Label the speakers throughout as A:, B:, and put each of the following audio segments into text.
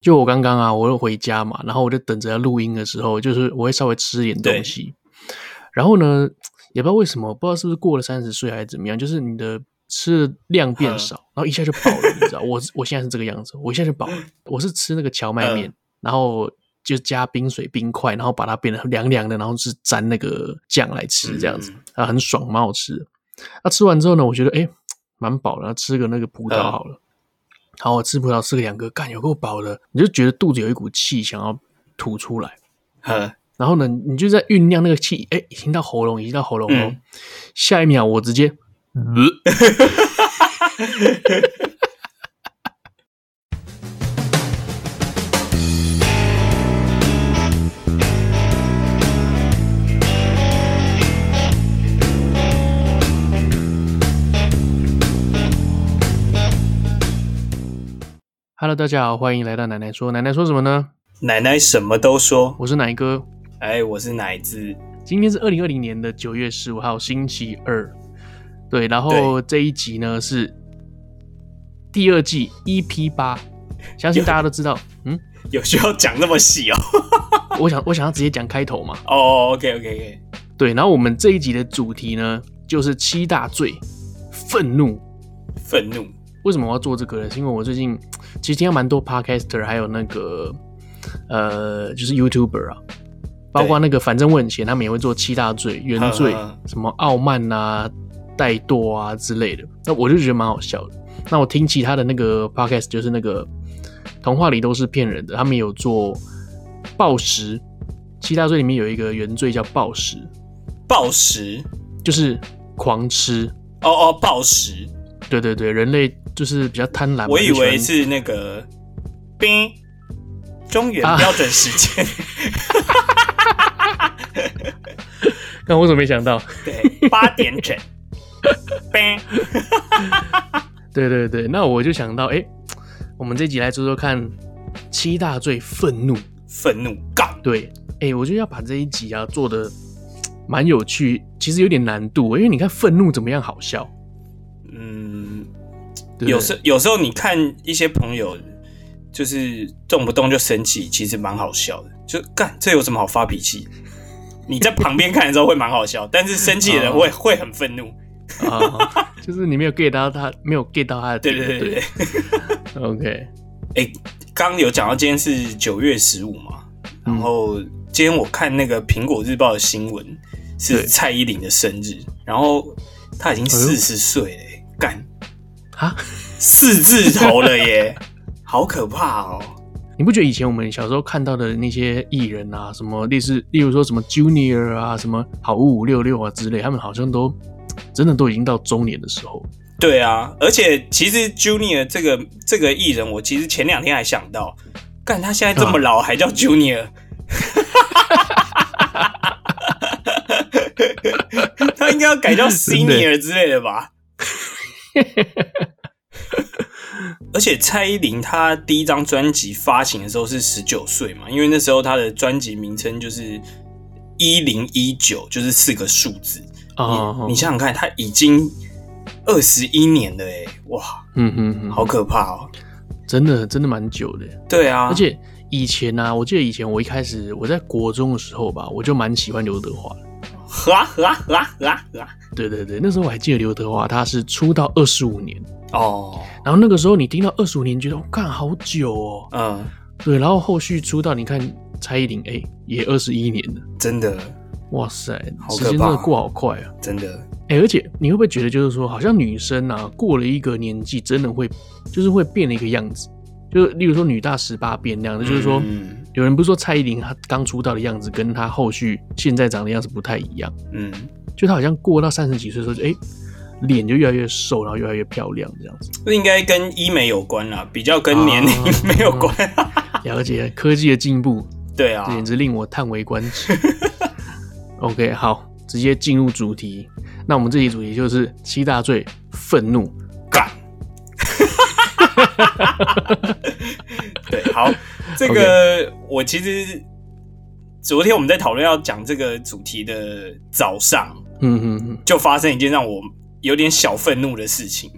A: 就我刚刚啊，我又回家嘛，然后我就等着要录音的时候，就是我会稍微吃一点东西。然后呢，也不知道为什么，不知道是不是过了三十岁还是怎么样，就是你的吃的量变少，然后一下就饱了，你知道？我我现在是这个样子，我现在就饱了。我是吃那个荞麦面，然后就加冰水冰块，然后把它变得凉凉的，然后是沾那个酱来吃，这样子
B: 嗯
A: 啊，很爽，蛮好吃的。那、吃完之后呢，我觉得哎，诶蛮饱了，那吃个那个葡萄好了。好，我吃葡萄吃个两个，干有够饱的，你就觉得肚子有一股气想要吐出来，
B: 呵，
A: 然后呢，你就在酝酿那个气，哎，已经到喉咙，已经到喉咙了。
B: 嗯
A: 下一秒我直接，Hello，大家好，欢迎来到奶奶说。奶奶说什么呢？
B: 奶奶什么都说。
A: 我是奶哥，
B: 哎，我是奶子。
A: 今天是二零二零年的九月十五号，星期二。对，然后这一集呢是第二季 EP 八，相信大家都知道。嗯，
B: 有需要讲那么细哦？
A: 我想我想要直接讲开头嘛。
B: 哦，OK，OK，OK，
A: 对，然后我们这一集的主题呢就是七大罪，愤怒。
B: 愤怒。
A: 为什么我要做这个呢？是因为我最近其实听到蛮多 podcaster，还有那个呃，就是 YouTuber 啊，包括那个反正我很闲，他们也会做七大罪、原罪，
B: 嗯嗯
A: 什么傲慢啊、怠惰啊之类的。那我就觉得蛮好笑的。那我听其他的那个 podcast，就是那个童话里都是骗人的，他们有做暴食。七大罪里面有一个原罪叫暴食，
B: 暴食。
A: 就是狂吃。
B: 哦哦，暴食。
A: 对对对，人类就是比较贪婪嘛。
B: 我以
A: 就喜欢
B: 为是那个冰中原
A: 啊
B: 标准时 间。
A: 那我怎么没想到？
B: 对，八点整。冰。
A: 对对对，那我就想到，哎，我们这集来说说看七大罪愤怒。
B: 愤怒干。
A: 对，哎，我就要把这一集啊做的蛮有趣，其实有点难度，因为你看愤怒怎么样好笑，
B: 嗯，
A: 对不对
B: 有时有时候你看一些朋友，就是动不动就生气，其实蛮好笑的。就干这有什么好发脾气？你在旁边看的时候会蛮好笑，但是生气的 人
A: 哦
B: 会、会很愤怒。
A: 啊，就是你没有 get 到他，没有 get 到他的
B: 对
A: 点，
B: 对对对对。
A: 对，OK，
B: 刚刚有讲到今天是九月十五嘛，
A: 嗯
B: 然后今天我看那个苹果日报的新闻
A: 对
B: 是蔡依林的生日，然后她已经
A: 哎呦
B: 四十岁了、欸，干
A: 啊，
B: 四字头了耶，好可怕哦！
A: 你不觉得以前我们小时候看到的那些艺人啊，什么类似，例如说什么 Junior 啊，什么好五五六六啊之类，他们好像都真的都已经到中年的时候，
B: 对啊，而且其实 Junior 这个这个艺人，我其实前两天还想到，干他现在这么老还叫 Junior，他应该要改叫 Senior 之类的吧？而且蔡依林她第一张专辑发行的时候是十九岁嘛，因为那时候她的专辑名称就是一零一九，就是四个数字。
A: 啊，
B: 你你想想看，他已经二十一年了，哎，哇，
A: 嗯嗯嗯，
B: 好可怕哦！
A: 真的真的蛮久的。
B: 对啊，
A: 而且以前呢、啊，我记得以前我一开始我在国中的时候吧，我就蛮喜欢刘德华的。
B: 呵啊呵啊呵啊呵啊呵啊，
A: 对对对，那时候我还记得刘德华他是出道二十五年，
B: 哦，
A: 然后那个时候你听到二十五年，觉得我干、好久哦。
B: 嗯，
A: 对，然后后续出道，你看蔡依林，哎、也二十一年了，
B: 真的，
A: 哇塞，
B: 好
A: 时
B: 可怕
A: 间真的过好快啊！
B: 真的，
A: 哎、而且你会不会觉得就是说，好像女生啊，过了一个年纪，真的会就是会变了一个样子，就是例如说女大十八变那样的，就是说。
B: 嗯
A: 有人不是说蔡依林她刚出道的样子跟她后续现在长的样子不太一样，
B: 嗯，
A: 就她好像过到三十几岁的时候就，哎、脸就越来越瘦，然后越来越漂亮这样子。
B: 这应该跟医美有关啦，比较跟年龄
A: 啊
B: 没有关。
A: 了解科技的进步，
B: 对啊
A: 这，简直令我叹为观止。OK，好，直接进入主题。那我们这期主题就是七大罪：愤怒。
B: 干。 对，好，这个我其实昨天我们在讨论要讲这个主题的早上，
A: 嗯嗯嗯，
B: 就发生一件让我有点小愤怒的事情。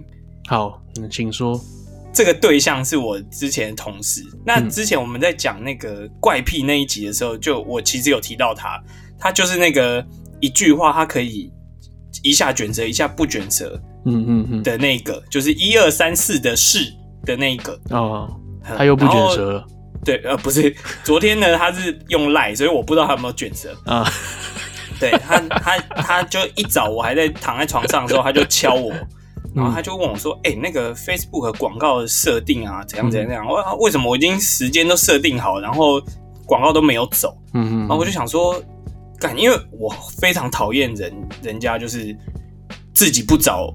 A: 好，嗯，请说。
B: 这个对象是我之前的同事。那
A: 嗯
B: 之前我们在讲那个怪癖那一集的时候，就我其实有提到他，他就是那个一句话，他可以一下卷舌，一下不卷舌
A: 嗯嗯嗯，
B: 的那个，就是一二三四的是的那个。
A: 哦，他又不卷
B: 然后
A: 舌了
B: 对，呃，不是，昨天呢，他是用赖，所以我不知道他有没有卷舌。
A: 啊，
B: 对他，他他就一早我还在躺在床上的时候，他就敲我，然后他就问我说：“哎、那个 Facebook 广告的设定啊，怎样怎样怎样？我、啊为什么我已经时间都设定好，然后广告都没有走？”
A: 嗯嗯，
B: 然后我就想说，干，因为我非常讨厌人人家就是自己不找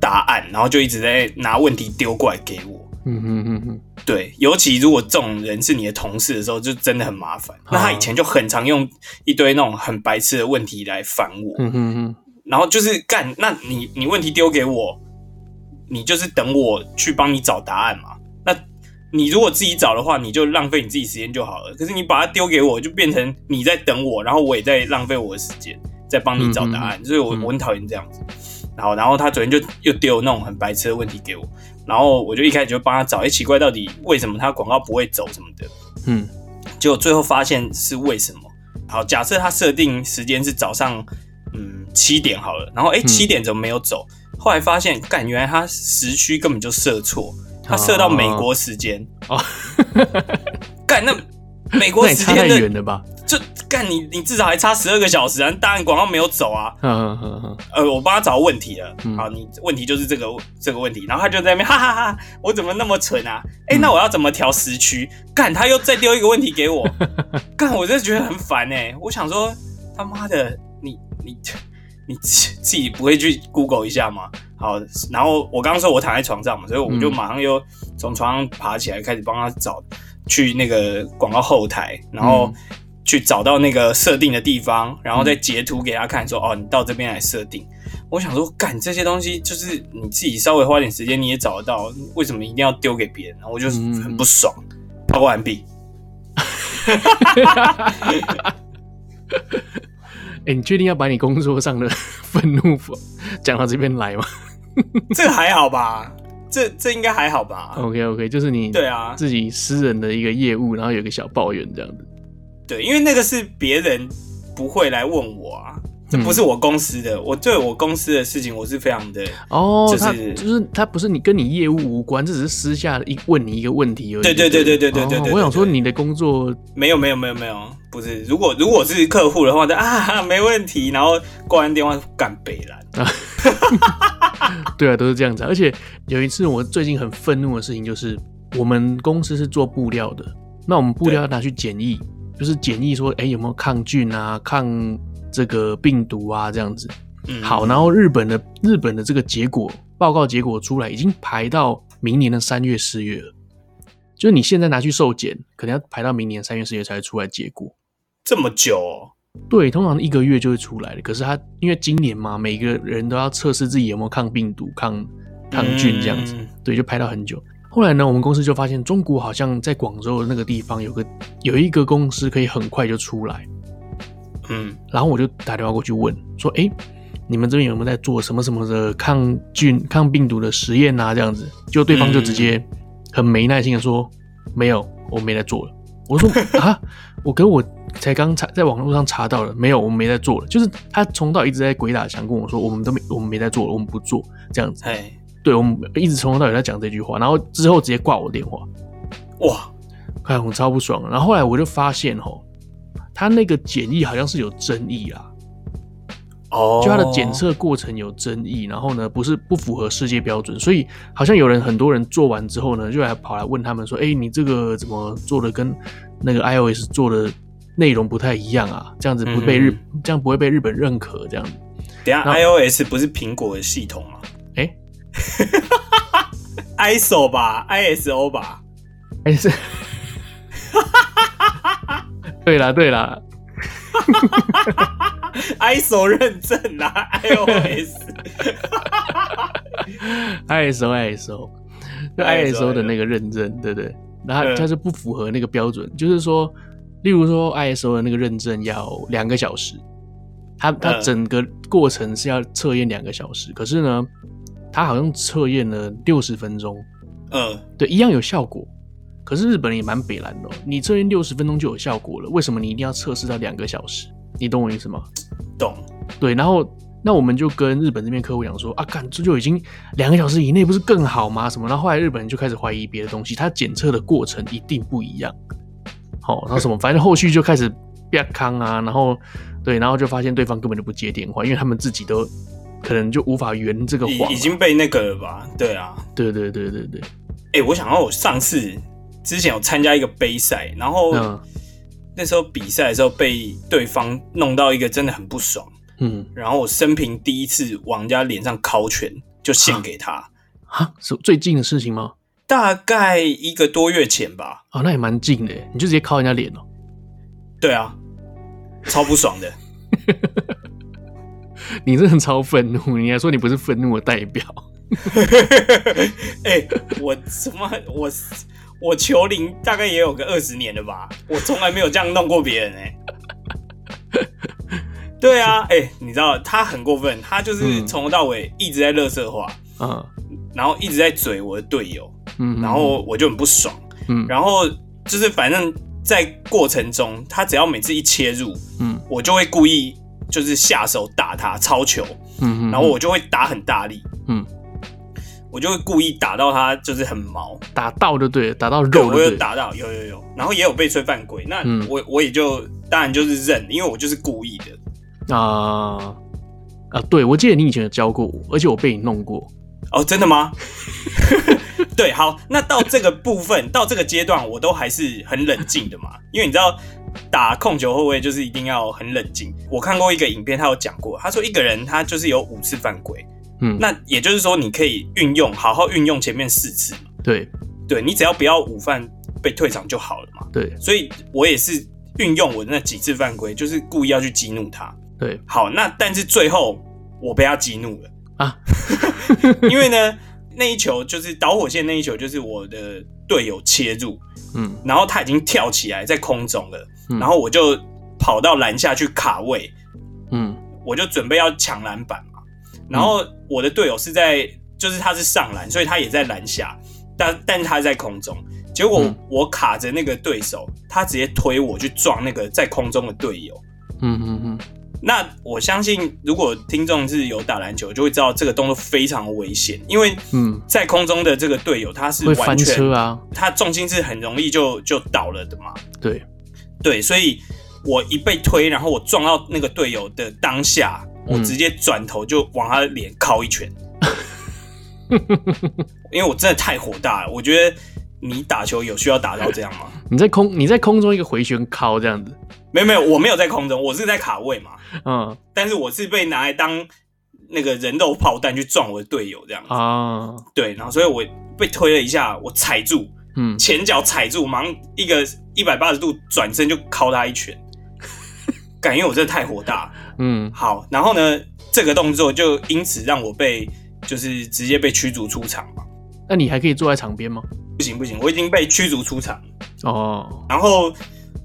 B: 答案，然后就一直在拿问题丢过来给我。
A: 嗯嗯嗯嗯，
B: 对，尤其如果这种人是你的同事的时候，就真的很麻烦。那他以前就很常用一堆那种很白痴的问题来烦我，
A: 嗯嗯嗯，
B: 然后就是干，那你你问题丢给我，你就是等我去帮你找答案嘛。那你如果自己找的话，你就浪费你自己时间就好了。可是你把它丢给我，就变成你在等我，然后我也在浪费我的时间，在帮你找答案。所以我
A: 嗯
B: 我很讨厌这样子。然后，然后他昨天就又丢那种很白痴的问题给我，然后我就一开始就帮他找，哎、奇怪，到底为什么他广告不会走什么的？
A: 嗯
B: 结果最后发现是为什么？好，假设他设定时间是早上，嗯，七点好了，然后哎，
A: 嗯
B: 七点怎么没有走？后来发现，干，原来他时区根本就设错，他设到美国时间。
A: 哦，
B: 干，那美国
A: 那你
B: 时
A: 差太
B: 间
A: 远
B: 的
A: 了 吧？
B: 就干你，你至少还差十二个小时啊！当然广告没有走啊。
A: 嗯嗯嗯
B: 呃，我帮他找问题了。
A: 嗯
B: 好，你问题就是这个这个问题，然后他就在那边哈哈哈我怎么那么蠢啊？哎、
A: 嗯
B: 那我要怎么调时区？干，他又再丢一个问题 给我，干，我真的觉得很烦哎、我想说，他妈的，你你你自自己不会去 Google 一下吗？好，然后我刚刚说我躺在床上嘛，所以我就
A: 嗯
B: 马上又从床上爬起来，开始帮他找去那个广告后台，然后去找到那个设定的地方，然后再截图给他看说哦，你到这边来设定。我想说，干这些东西就是你自己稍微花点时间你也找得到，为什么一定要丢给别人？然后我就是
A: 嗯
B: 很不爽。报告完毕。
A: 嗯，哎，你确定要把你工作上的 愤怒讲到这边来吗
B: 这个还好吧？这这应该还好吧？
A: ？OK OK，就是你
B: 啊对啊，
A: 自己私人的一个业务，然后有一个小抱怨这样子，
B: 对，因为那个是别人不会来问我啊，这
A: 嗯
B: 不是我公司的，我对我公司的事情我是非常的，
A: 哦
B: 就，是
A: 他就是他不是你跟你业务无关，这只是私下一问你一个问题而已。
B: 对对对对对对
A: 哦
B: 对对
A: 我想说
B: 对
A: 你的工作
B: 没有没有没有没有，不是，如果如果是客户的话，就 啊没问题，然后挂完电话干北兰，
A: 对啊，都是这样子啊。而且有一次我最近很愤怒的事情就是，我们公司是做布料的，那我们布料要拿去检疫，就是检疫说，哎、有没有抗菌啊，抗这个病毒啊这样子。
B: 嗯，
A: 好，然后日本的日本的这个结果报告结果出来，已经排到明年的三月四月了。就是你现在拿去受检，可能要排到明年三月四月才会出来结果。
B: 这么久、哦，
A: 对，通常一个月就会出来了。可是他因为今年嘛，每个人都要测试自己有没有抗病毒、抗抗菌这样子，
B: 嗯
A: 对，就拍到很久。后来呢，我们公司就发现中国好像在广州的那个地方有个有一个公司可以很快就出来，
B: 嗯
A: 然后我就打电话过去问说：“哎，你们这边有没有在做什么什么的抗菌、抗病毒的实验啊？”这样子，就对方就直接很没耐心的说：“没有，我没在做了。”我说：“ 啊，我跟我才刚查在网络上查到了，没有，我们没在做了。”就是他从到一直在鬼打墙跟我说：“我们都没，我们没在做了，我们不做这样子。
B: 哎，”
A: 对，我们一直从头到尾在讲这句话，然后之后直接挂我电话。
B: 哇，
A: 看我超不爽。然后后来我就发现吼，他那个检疫好像是有争议啦，
B: 哦，
A: 就它的检，测过程有争议，然后呢不是不符合世界标准，所以好像有人很多人做完之后呢，就来跑来问他们说，哎、你这个怎么做的跟那个 iOS 做的内容不太一样啊？这样子不被日、这样不会被日本认可这样子。
B: 等一下
A: 那
B: iOS 不是苹果的系统吗
A: 哎、
B: ？ISO 吧，ISO 吧，
A: 哎、是， 对啦对啦，
B: ISO 认证啊 ，iOS
A: ，ISO ISO，就
B: ISO
A: ISO 的那个认证，对不对？然后
B: 嗯
A: 它是不符合那个标准，就是说，例如说 ISO 的那个认证要两个小时，它它
B: 嗯
A: 整个过程是要测验两个小时，可是呢，它好像测验了六十分钟，
B: 嗯，
A: 对，一样有效果。可是日本人也蛮北蓝的、哦，你这边六十分钟就有效果了，为什么你一定要测试到两个小时？你懂我意思吗？
B: 懂。
A: 对，然后那我们就跟日本这边客户讲说啊，干这就已经两个小时以内不是更好吗？什么？然后后来日本人就开始怀疑别的东西，他检测的过程一定不一样。好、然后 什么，反正后续就开始变康啊，然后对，然后就发现对方根本就不接电话，因为他们自己都可能就无法圆这个谎
B: 已已
A: 啊。
B: 经被那个了吧？对啊，
A: 对对对对对，
B: 哎、我想到我上次之前有参加一个杯赛，然后
A: 嗯
B: 那时候比赛的时候被对方弄到一个真的很不爽，
A: 嗯
B: 然后我生平第一次往人家脸上敲拳，就献给他，
A: 啊，是最近的事情吗？
B: 大概一个多月前吧。
A: 啊，那也蛮近的耶，你就直接敲人家脸哦。
B: 对啊，超不爽的。
A: 你真的超愤怒，你还说你不是愤怒的代表，
B: 哎、我什么我我球龄大概也有个二十年了吧，我从来没有这样弄过别人哎、对啊，哎、你知道他很过分，他就是
A: 嗯
B: 从头到尾一直在乐色化，
A: 啊，
B: 然后一直在嘴我的队友，
A: 嗯，
B: 然后我就很不爽。
A: 嗯，
B: 然后就是反正在过程中，他只要每次一切入，
A: 嗯
B: 我就会故意就是下手打他抄球，
A: 嗯嗯，
B: 然后我就会打很大力，
A: 嗯
B: 我就会故意打到他就是很毛，
A: 打到就对了，打到
B: 对，
A: 肉就
B: 我
A: 对
B: 有
A: 了，
B: 打到，有有有，然后也有被吹犯规，那
A: 嗯
B: 我、我也就当然就是认，因为我就是故意的，
A: 啊啊，对，我记得你以前有教过我，而且我被你弄过，
B: 哦，真的吗？ 对，好，那到这个部分，到这个阶段，我都还是很冷静的嘛，因为你知道打控球后卫就是一定要很冷静。我看过一个影片，他有讲过，他说一个人他就是有五次犯规，
A: 嗯，
B: 那也就是说你可以运用好好运用前面四次嘛，
A: 对
B: 对你只要不要午饭被退场就好了嘛。
A: 对
B: 所以我也是运用我那几次犯规，就是故意要去激怒他。
A: 对，
B: 好，那但是最后我被他激怒了
A: 啊，
B: 因为呢那一球就是导火线那一球，就是我的队友切入，
A: 嗯
B: 然后他已经跳起来在空中了，
A: 嗯
B: 然后我就跑到篮下去卡位，
A: 嗯
B: 我就准备要抢篮板嘛，然后我的队友是在就是他是上篮，所以他也在篮下，但但是他在空中。结果
A: 嗯
B: 我卡着那个对手，他直接推我去撞那个在空中的队友，
A: 嗯嗯嗯，
B: 那我相信，如果听众是有打篮球，就会知道这个动作非常危险，因为
A: 嗯
B: 在空中的这个队友他是
A: 会
B: 完
A: 翻
B: 全，
A: 车啊，
B: 他重心是很容易就就倒了的嘛。
A: 对，
B: 对，所以我一被推，然后我撞到那个队友的当下，我
A: 嗯
B: 直接转头就往他脸敲一 拳，因为我真的太火大了。我觉得你打球有需要打到这样吗？
A: 你在空你在空中一个回旋敲这样子，
B: 没有没有，我没有在空中，我是在卡位嘛。
A: 嗯
B: 但是我是被拿来当那个人肉炮弹去撞我的队友这样子。
A: 啊
B: 对，然后所以我被推了一下，我踩住
A: 嗯，
B: 前脚踩住，马上一个一百八十度转身就敲他一拳， 感觉我真的太火大。
A: 嗯
B: 好，然后呢，这个动作就因此让我被就是直接被驱逐出场嘛。
A: 那你还可以坐在场边吗？
B: 不行不行，我已经被驱逐出场，
A: 哦，
B: 然后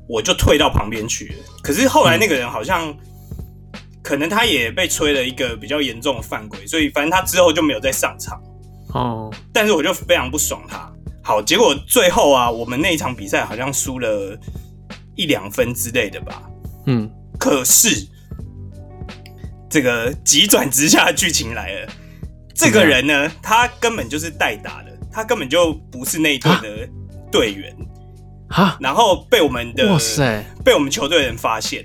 B: 我就退到旁边去了。可是后来那个人好像。
A: 嗯
B: 可能他也被吹了一个比较严重的犯规，所以反正他之后就没有再上场。
A: 哦，
B: 但是我就非常不爽他。好，结果最后啊，我们那一场比赛好像输了一两分之类的吧。
A: 嗯，
B: 可是这个急转直下的剧情来了，这个人呢，他根本就是代打的，他根本就不是那一队
A: 啊
B: 的队员，
A: 哈，
B: 然后被我们的
A: 哇塞，
B: 被我们球队人发现，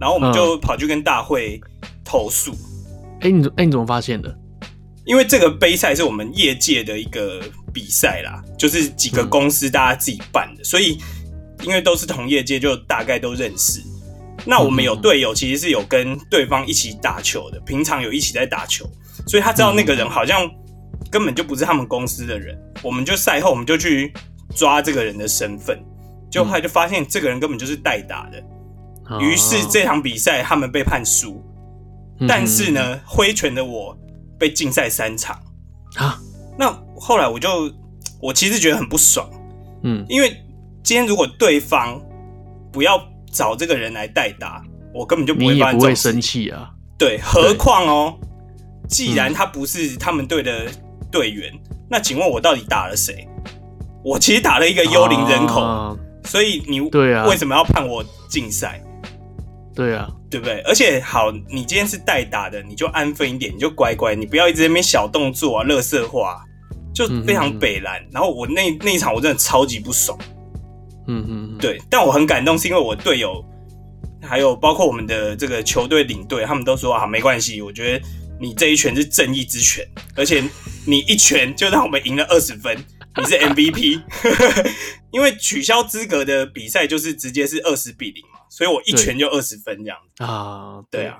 B: 然后我们就跑去跟大会投诉。
A: 哎你怎哎你怎么发现的？
B: 因为这个杯赛是我们业界的一个比赛啦，就是几个公司大家自己办的，所以因为都是同业界，就大概都认识。那我们有队友其实是有跟对方一起打球的，平常有一起在打球，所以他知道那个人好像根本就不是他们公司的人。我们就赛后我们就去抓这个人的身份，结果后来就发现这个人根本就是代打的。
A: 哦
B: 于是这场比赛他们被判输，
A: 嗯
B: 但是，呢，挥拳的我被禁赛三场。
A: 啊，
B: 那后来我就，我其实觉得很不爽，
A: 嗯
B: 因为今天如果对方不要找这个人来代打，我根本就
A: 嗯，
B: 不
A: 你
B: 会
A: 也
B: 发生
A: 不
B: 这
A: 会
B: 种事。
A: 生气啊，
B: 对，何况哦，既然他不是他们队的队员，那请问我到底打了谁？我其实打了一个幽灵人口，
A: 啊
B: 所以你
A: 对啊
B: 为什么要判我禁赛？
A: 对啊，
B: 对不对？而且好，你今天是代打的，你就安分一点，你就乖乖，你不要一直在那边小动作啊、乐色化啊、就非常北蓝。然后我那那一场我真的超级不爽，
A: 嗯嗯，嗯，
B: 对，但我很感动，是因为我队友还有包括我们的这个球队领队，他们都说啊，没关系，我觉得你这一拳是正义之拳，而且你一拳就让我们赢了二十分，你是 MVP，因为取消资格的比赛就是直接是二十比零嘛，所以我一拳就二十分这样子。
A: 啊，
B: 对啊，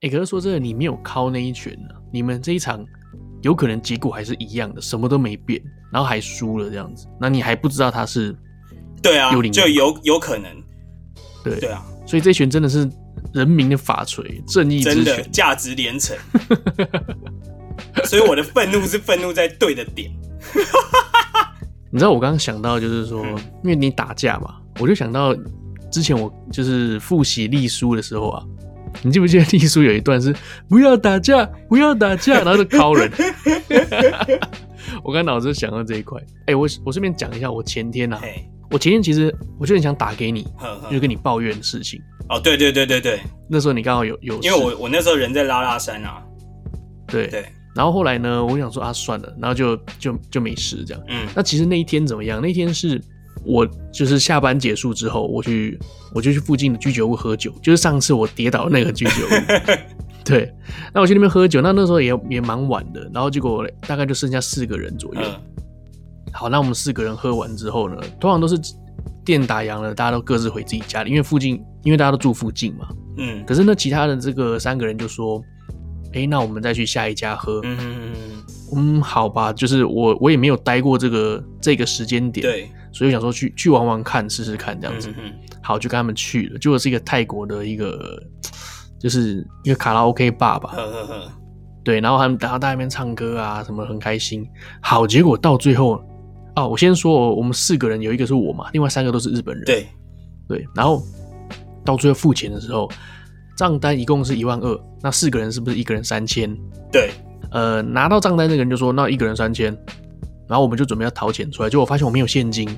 A: 哎、可是说真的，你没有敲那一拳呢、啊，你们这一场有可能结果还是一样的，什么都没变，然后还输了这样子，那你还不知道他是
B: 对啊
A: 幽，灵
B: 就有有可能，
A: 对，
B: 对啊，
A: 所以这一拳真的是人民的法锤，正义
B: 真
A: 之
B: 的
A: 拳，
B: 价值连 城。所以我的愤怒是愤怒在对的点，
A: 你知道我刚刚想到就是说，
B: 嗯
A: 因为你打架嘛，我就想到之前我就是复习隶书的时候啊，你记不记得隶书有一段是不要打架，不要打架，然后就敲人。 我刚脑子想到这一块，哎、我我顺便讲一下，我前天啊，
B: 嘿，
A: 我前天其实我就很想打给你，
B: 呵呵
A: 就，跟你抱怨的事情。
B: 哦，对对对对对，
A: 那时候你刚好有有事，
B: 因为我我那时候人在拉拉山啊，
A: 对
B: 对，
A: 然后后来呢，我想说啊，算了，然后就就就没事这样。
B: 嗯
A: 那其实那一天怎么样？那天是我就是下班结束之后，我去我就去附近的居酒屋喝酒，就是上次我跌倒的那个居酒屋。 对，那我去那边喝酒，那那时候也也蛮晚的，然后结果大概就剩下四个人左右。
B: 嗯，
A: 好，那我们四个人喝完之后呢，通常都是店打烊了，大家都各自回自己家里，因为附近，因为大家都住附近嘛。
B: 嗯
A: 可是呢，其他的这个三个人就说：“哎、那我们再去下一家喝。
B: 嗯嗯，
A: 嗯，好吧，就是我我也没有待过这个这个时间点，
B: 对，
A: 所以我想说去去玩玩看，试试看这样
B: 嗯
A: 子。
B: 嗯
A: 好，就跟他们去了，结果是一个泰国的一个，就是一个卡拉 OK 吧吧，
B: 呵呵呵，
A: 对，然后他们然后在那边唱歌啊，什么很开心。好，结果到最后，哦，我先说哦，我们四个人有一个是我嘛，另外三个都是日本人，
B: 对，
A: 对，然后到最后付钱的时候，账单一共是一万二，那四个人是不是一个人三千？
B: 对，
A: 呃，拿到账单那个人就说那一个人三千，然后我们就准备要掏钱出来，结果我发现我没有现金，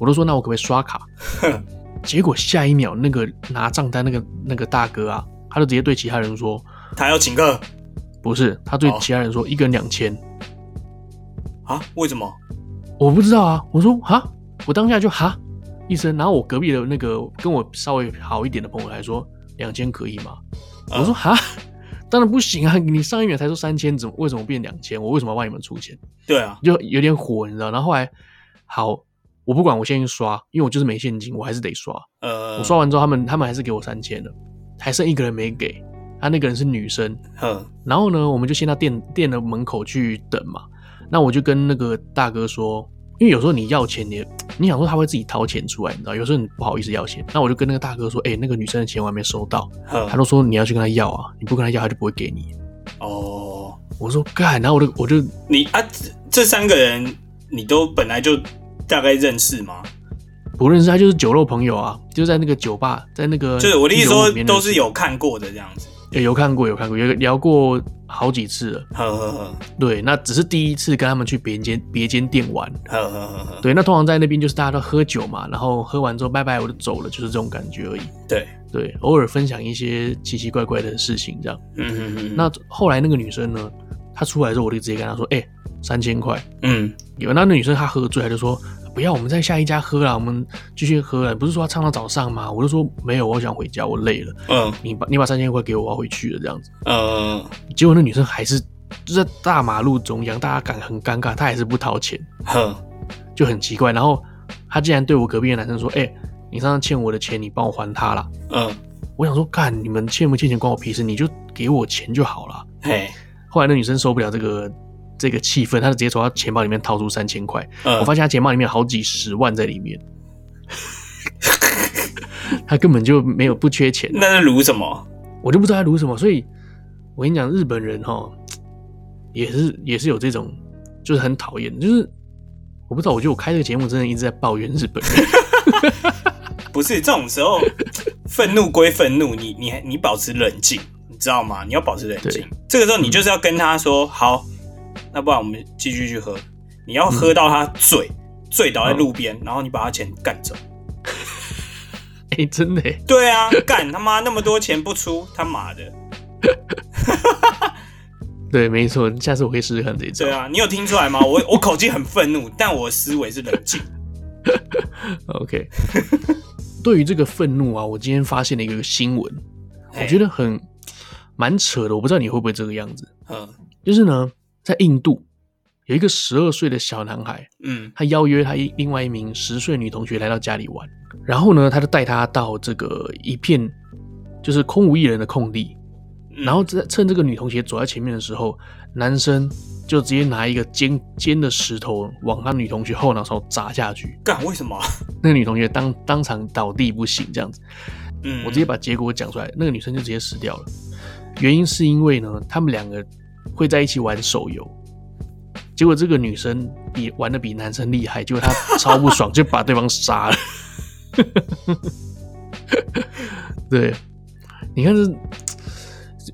A: 我就说那我可不可以刷卡？
B: 哼，
A: 结果下一秒那个拿账单那个那个大哥啊，他就直接对其他人说
B: 他要请客
A: 不是，他对
B: 哦
A: 其他人说一个人两千，
B: 啊？为什么？
A: 我不知道啊，我说哈，我当下就哈一声，然后我隔壁的那个跟我稍微好一点的朋友来说两千可以吗？
B: 嗯
A: 我说哈。当然不行啊！你上一秒才说三千，怎么为什么变两千？我为什么要帮你们出钱？
B: 对啊，
A: 就有点火，你知道。然后后来，好，我不管，我先去刷，因为我就是没现金，我还是得刷。
B: 呃，
A: 我刷完之后，他们他们还是给我三千的，还剩一个人没给，他那个人是女生。
B: 呵，
A: 然后呢，我们就先到店店的门口去等嘛。那我就跟那个大哥说，因为有时候你要钱你也，你想说他会自己掏钱出来，你知道，有时候你不好意思要钱。那我就跟那个大哥说，哎、那个女生的钱我还没收到，
B: 呵
A: 他，都说你要去跟他要啊，你不跟他要，他就不会给你。
B: 哦，
A: 我说干，然后我就我就
B: 你啊，这这三个人你都本来就大概认识吗？
A: 不认识他，就是酒肉朋友啊，就在那个酒吧，在那个
B: 就是我的意思说
A: 酒吧里面，
B: 都是有看过的这样子。
A: 有有看过有看过，有聊过好几次了。
B: 呵呵呵
A: 对，那只是第一次跟他们去别间别间店玩。
B: 呵呵呵呵，
A: 对，那通常在那边就是大家都喝酒嘛，然后喝完之后拜拜我就走了，就是这种感觉而已。
B: 对，
A: 对，偶尔分享一些奇奇怪怪的事情这样。
B: 嗯嗯嗯，
A: 那后来那个女生呢，她出来之后我就直接跟她说：“哎、三千块。”
B: 嗯
A: 有那那女生她喝醉，她就说不要，我们在下一家喝啦，我们继续喝啦。不是说要唱到早上吗？我就说没有，我想回家，我累了。
B: 嗯
A: 你把你把三千块给我，我要回去了这样子。
B: 嗯
A: 结果那女生还是就在大马路中央，大家感很尴尬，她还是不掏钱，
B: 呵，
A: 就很奇怪。然后她竟然对我隔壁的男生说：“哎、你上次欠我的钱，你帮我还他啦。
B: 嗯
A: 我想说，干你们欠不欠钱关我屁事，你就给我钱就好了。
B: 嘿，
A: 后来那女生受不了这个这个气氛，她就直接从她钱包里面掏出三千块，
B: 嗯，
A: 我发现他钱包里面有好几十万在里面， 他根本就没有不缺钱，
B: 那在撸什么？
A: 我就不知道他撸什么。所以我跟你讲，日本人哈也是也是有这种，就是很讨厌，就是我不知道，我觉得我开这个节目真的一直在抱怨日本人。
B: 不是这种时候，愤怒归愤怒，你你
A: 嗯
B: 你保持冷静，你知道吗？你要保持冷静。这个时候你就是要跟他说，好，那不然我们继续去喝。你要喝到他醉，醉倒在
A: 嗯
B: 路边，然后你把他钱干走。
A: 哎、真的耶，
B: 对啊，干他妈那么多钱不出，他妈的！
A: 对，没错，下次我会试试看这一招。
B: 对啊，你有听出来吗？我我口气很愤怒，但我思维是冷静。
A: OK，对于这个愤怒啊，我今天发现了一个新闻，我
B: 嘿
A: 觉得很蛮扯的，我不知道你会不会这个样子。
B: 嗯
A: 就是呢，在印度有一个十二岁的小男孩，
B: 嗯
A: 他邀约他一另外一名十岁女同学来到家里玩，然后呢，他就带她到这个一片就是空无一人的空地，
B: 嗯
A: 然后在趁这个女同学走在前面的时候，男生就直接拿一个尖尖的石头往他女同学后脑勺砸下去，
B: 干为什么？啊
A: 那个女同学当当场倒地不醒，这样子，
B: 嗯，
A: 我直接把结果讲出来，那个女生就直接死掉了。原因是因为呢，他们两个会在一起玩手游，结果这个女生比玩的比男生厉害，结果她超不爽，就把对方杀了。 对，你看这，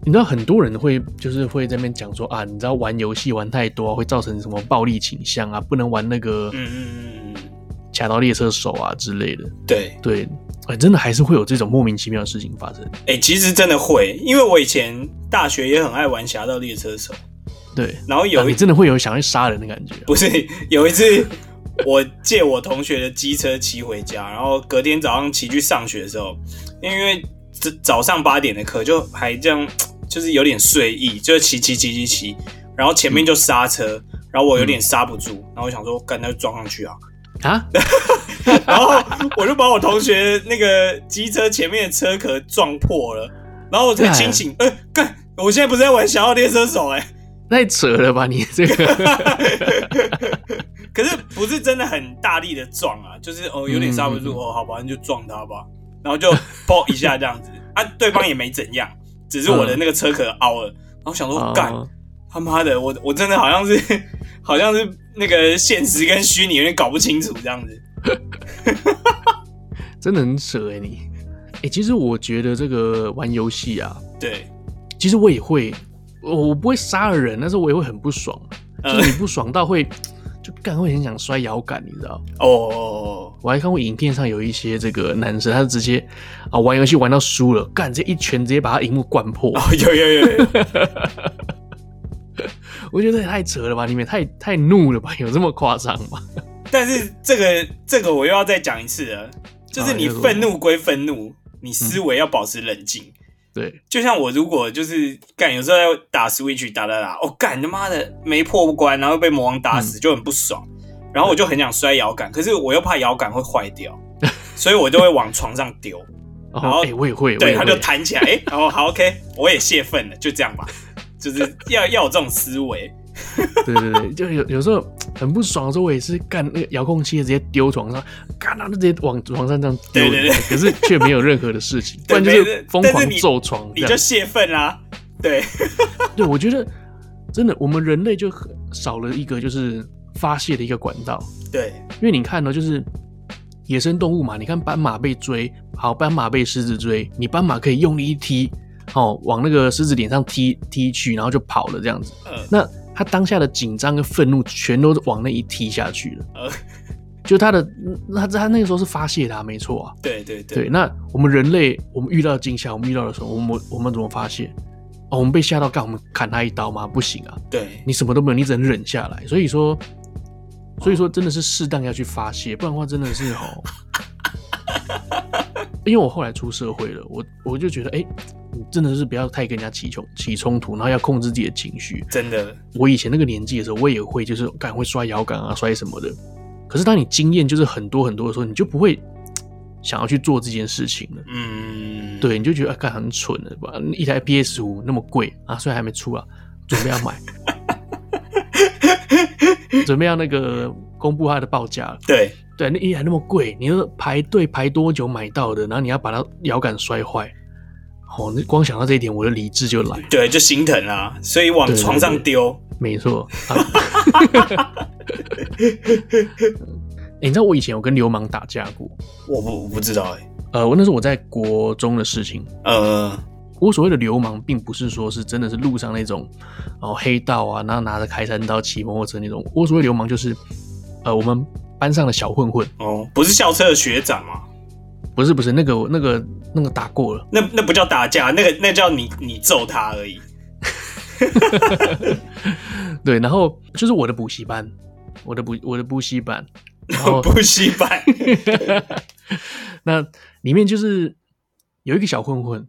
A: 你知道很多人会就是会在那边讲说啊，你知道玩游戏玩太多、啊、会造成什么暴力倾向啊，不能玩那个
B: 嗯嗯嗯嗯嗯，
A: 卡到列车手啊之类的。
B: 对，
A: 对，哎，真的还是会有这种莫名其妙的事情发生。
B: 哎、其实真的会，因为我以前大学也很爱玩《侠盗猎车手》，
A: 对，
B: 然后
A: 啊
B: 有一、
A: 你真的会有想去杀人的感觉、
B: 不是有一次，我借我同学的机车骑回家，然后隔天早上骑去上学的时候，因为早早上八点的课就还这样，就是有点睡意，就是骑骑骑骑骑，然后前面就刹车，然后我有点刹不住，然后我想说，干，那就撞上去啊，
A: 啊？
B: 然后我就把我同学那个机车前面的车壳撞破了，然后我才清醒，呃，干，我现在不是在玩《侠盗猎车手、哎，
A: 太扯了吧你这 个！
B: 可是不是真的很大力的撞啊，就是哦有点刹不住，哦，好吧，那就撞他吧，然后就砰一下这样子，啊，对方也没怎样，只是我的那个车壳凹了，然后想说干
A: 哦
B: 他妈的，我我真的好像是 好像是那个现实跟虚拟有点搞不清楚这样子，
A: 真的很扯哎、你。哎、其实我觉得这个玩游戏啊，
B: 对，
A: 其实我也会，我我不会杀了人，但是我也会很不爽，
B: 呃
A: 就是你不爽到会就干会很想摔摇杆，你知道？
B: 哦哦哦，
A: 我还看过影片上有一些这个男生，他是直接啊玩游戏玩到输了，干这一拳直接把他荧幕灌破，
B: 哦有有有有。有
A: 我觉得也太扯了吧，你们也太太怒了吧，有这么夸张吗？
B: 但是这个这个我又要再讲一次了，就是你
A: 啊又是我
B: 愤怒归愤怒，你思维要保持冷静。
A: 对，
B: 就像我如果就是干，有时候在打 Switch 打打打，哦干他妈的没破关，然后被魔王打死，
A: 嗯
B: 就很不爽。然后我就很想摔摇杆，可是我又怕摇杆会坏 掉，所以我就会往床上丢。
A: 然
B: 后
A: 哎、我也会，我
B: 对，
A: 也
B: 它
A: 会
B: 就弹起来，哎、然后好 OK，我也泄愤了，就这样吧，就是要要有这种 思维。
A: 对对对， 就有有时候很不爽的时候，我也是干那个遥控器直接丢床上，干他就直接往床上这样丢，
B: 对对对
A: 可是却没有任何的事情，不
B: 对
A: 然就
B: 没
A: 是
B: 事
A: 疯
B: 但
A: 狂
B: 是你
A: 揍床
B: 你
A: 这
B: 就
A: 样。
B: 泄愤啦、对，
A: 对，我觉得真的我们人类就很少了一个就是发泄的一个管道，
B: 对，
A: 因为你看呢，就是野生动物嘛，你看斑马被追，好，斑马被狮子追，你斑马可以用力一踢，哦，往那个狮子脸上踢踢去，然后就跑了这样子。
B: 呃，
A: 那他当下的紧张跟愤怒全都往那一踢下去了。
B: 呃
A: 就他的他他那个时候是发泄的、啊，没错啊。
B: 对对
A: 对，那我们人类，我们遇到惊吓，我们遇到的时候，我们我们怎么发泄？哦，我们被吓到，干我们砍他一刀吗？不行啊，
B: 对，
A: 你什么都没有，你只能忍下来。所以说，所以说真的是适当要去发泄，不然的话真的是哦。因为我后来出社会了，我我就觉得，哎、你真的是不要太跟人家起冲起冲突，然后要控制自己的情绪。
B: 真的，
A: 我以前那个年纪的时候，我也会就是敢会摔摇杆啊，摔什么的。可是当你经验就是很多很多的时候，你就不会嘖想要去做这件事情了。
B: 嗯，
A: 对，你就觉得啊，干很蠢的吧？一台 PS 五那么贵啊，虽然还没出啊，准备要买， 准备要那个公布它的报价了。
B: 对
A: 对，那一台那么贵，你要排队排多久买到的？然后你要把它摇杆摔坏，哦，那光想到这一点，我的理智就来了。
B: 对，就心疼啦，所以往
A: 对对
B: 床上丢，
A: 没错。 啊欸你知道我以前有跟流氓打架过？
B: 我不我不知道哎、
A: 呃，我那时候我在国中的事情，
B: 呃，
A: 我所谓的流氓，并不是说是真的是路上那种哦黑道啊，然后拿着开山刀骑摩托车那种。我所谓流氓就是呃我们班上的小混混，
B: 哦，不是校车的学长嘛？
A: 不是不是那个那个那个打过了，
B: 那那不叫打架，那个那叫你你揍他而已。
A: 对，然后就是我的补习班，我的补我的补习班，然后
B: 补习班，
A: 那里面就是有一个小混混，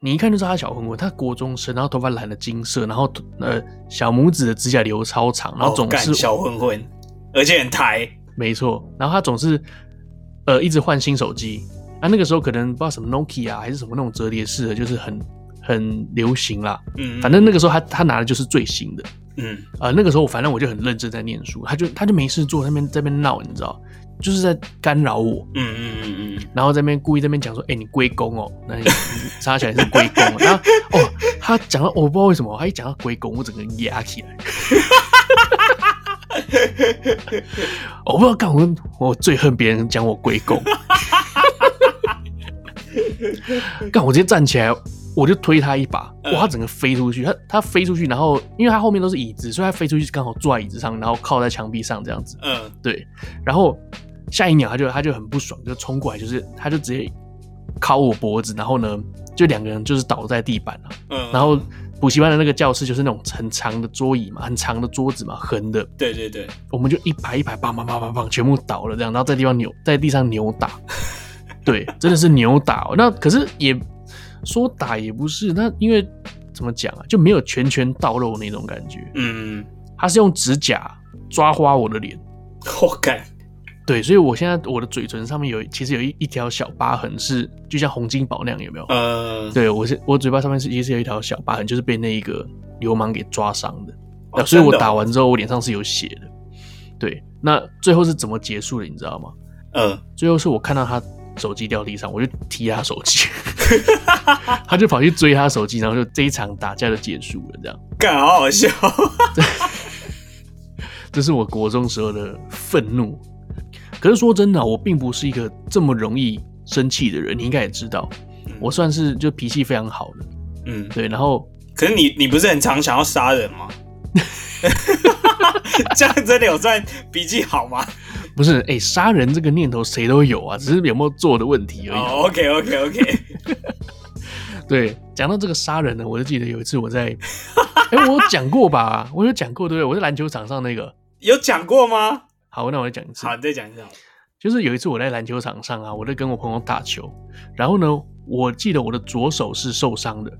A: 你一看就知道他小混混，他国中生，然后头发染了金色，然后呃小拇指的指甲留超长，然后
B: 哦
A: 总
B: 干
A: 是、
B: 小混混，而且很抬，
A: 没错，然后他总是呃一直换新手机，啊那个时候可能不知道什么 Nokia、还是什么那种折叠式的，就是很很流行啦。
B: 嗯，
A: 反正那个时候他他拿的就是最新的，
B: 嗯，
A: 呃，那个时候反正我就很认真在念书，他就他就没事做，在那边在那边闹，你知道，就是在干扰我，
B: 嗯嗯嗯嗯
A: 然后在那边故意在那边讲说，哎、你龟公哦，那你你插起来是龟公哦，然后哦，他讲到我不知道为什么，他一讲到龟公，我整个人压起来， 我不知道干我我最恨别人讲我龟公， 干我直接站起来。我就推他一把，
B: 嗯
A: 哇！他整个飞出去，他他飞出去，然后因为他后面都是椅子，所以他飞出去刚好坐在椅子上，然后靠在墙壁上这样子。
B: 嗯
A: 对，然后下一秒他就他就很不爽，就冲过来，就是他就直接敲我脖子，然后呢，就两个人就是倒在地板了。
B: 嗯，
A: 然后补习班的那个教室就是那种很长的桌椅嘛，很长的桌子嘛，横的，
B: 对对对，
A: 我们就一排一排，棒棒棒棒棒，全部倒了这样，然后在地方扭，在地上扭打，对，真的是扭打、哦。那可是也说打也不是，那因为怎么讲啊，就没有拳拳到肉那种感觉，
B: 嗯，
A: 他是用指甲抓花我的脸。
B: 我哦干，
A: 对，所以我现在我的嘴唇上面有其实有一一条小疤痕是，就像洪金宝那样，有没有？
B: 呃，
A: 对我是我嘴巴上面是其实有一条小疤痕，就是被那一个流氓给抓伤的。
B: 哦
A: 那所以我
B: 真的哦
A: 打完之后，我脸上是有血的。对，那最后是怎么结束的，你知道吗？
B: 嗯，
A: 最后是我看到他手机掉地上，我就踢他手机， 他就跑去追他手机，然后就这一场打架就结束了。这样，
B: 干，好好笑，
A: 这是我国中时候的愤怒。可是说真的啊，我并不是一个这么容易生气的人，你应该也知道， 我算是就脾气非常好的，
B: 嗯，
A: 对。然后
B: 可是你你不是很常想要杀 人吗？这样真的有算脾气好吗？
A: 不是，哎、杀人这个念头谁都有啊，只是有没有做的问题而已。
B: 哦，OK OK OK，
A: 对，讲到这个杀人呢，我就记得有一次我在， 哎、我有讲过吧？我有讲过对不对？我在篮球场上那个，
B: 有讲过吗？
A: 好，那我再讲一次，
B: 好，你再讲一下。
A: 就是有一次我在篮球场上啊，我在跟我朋友打球，然后呢，我记得我的左手是受伤的，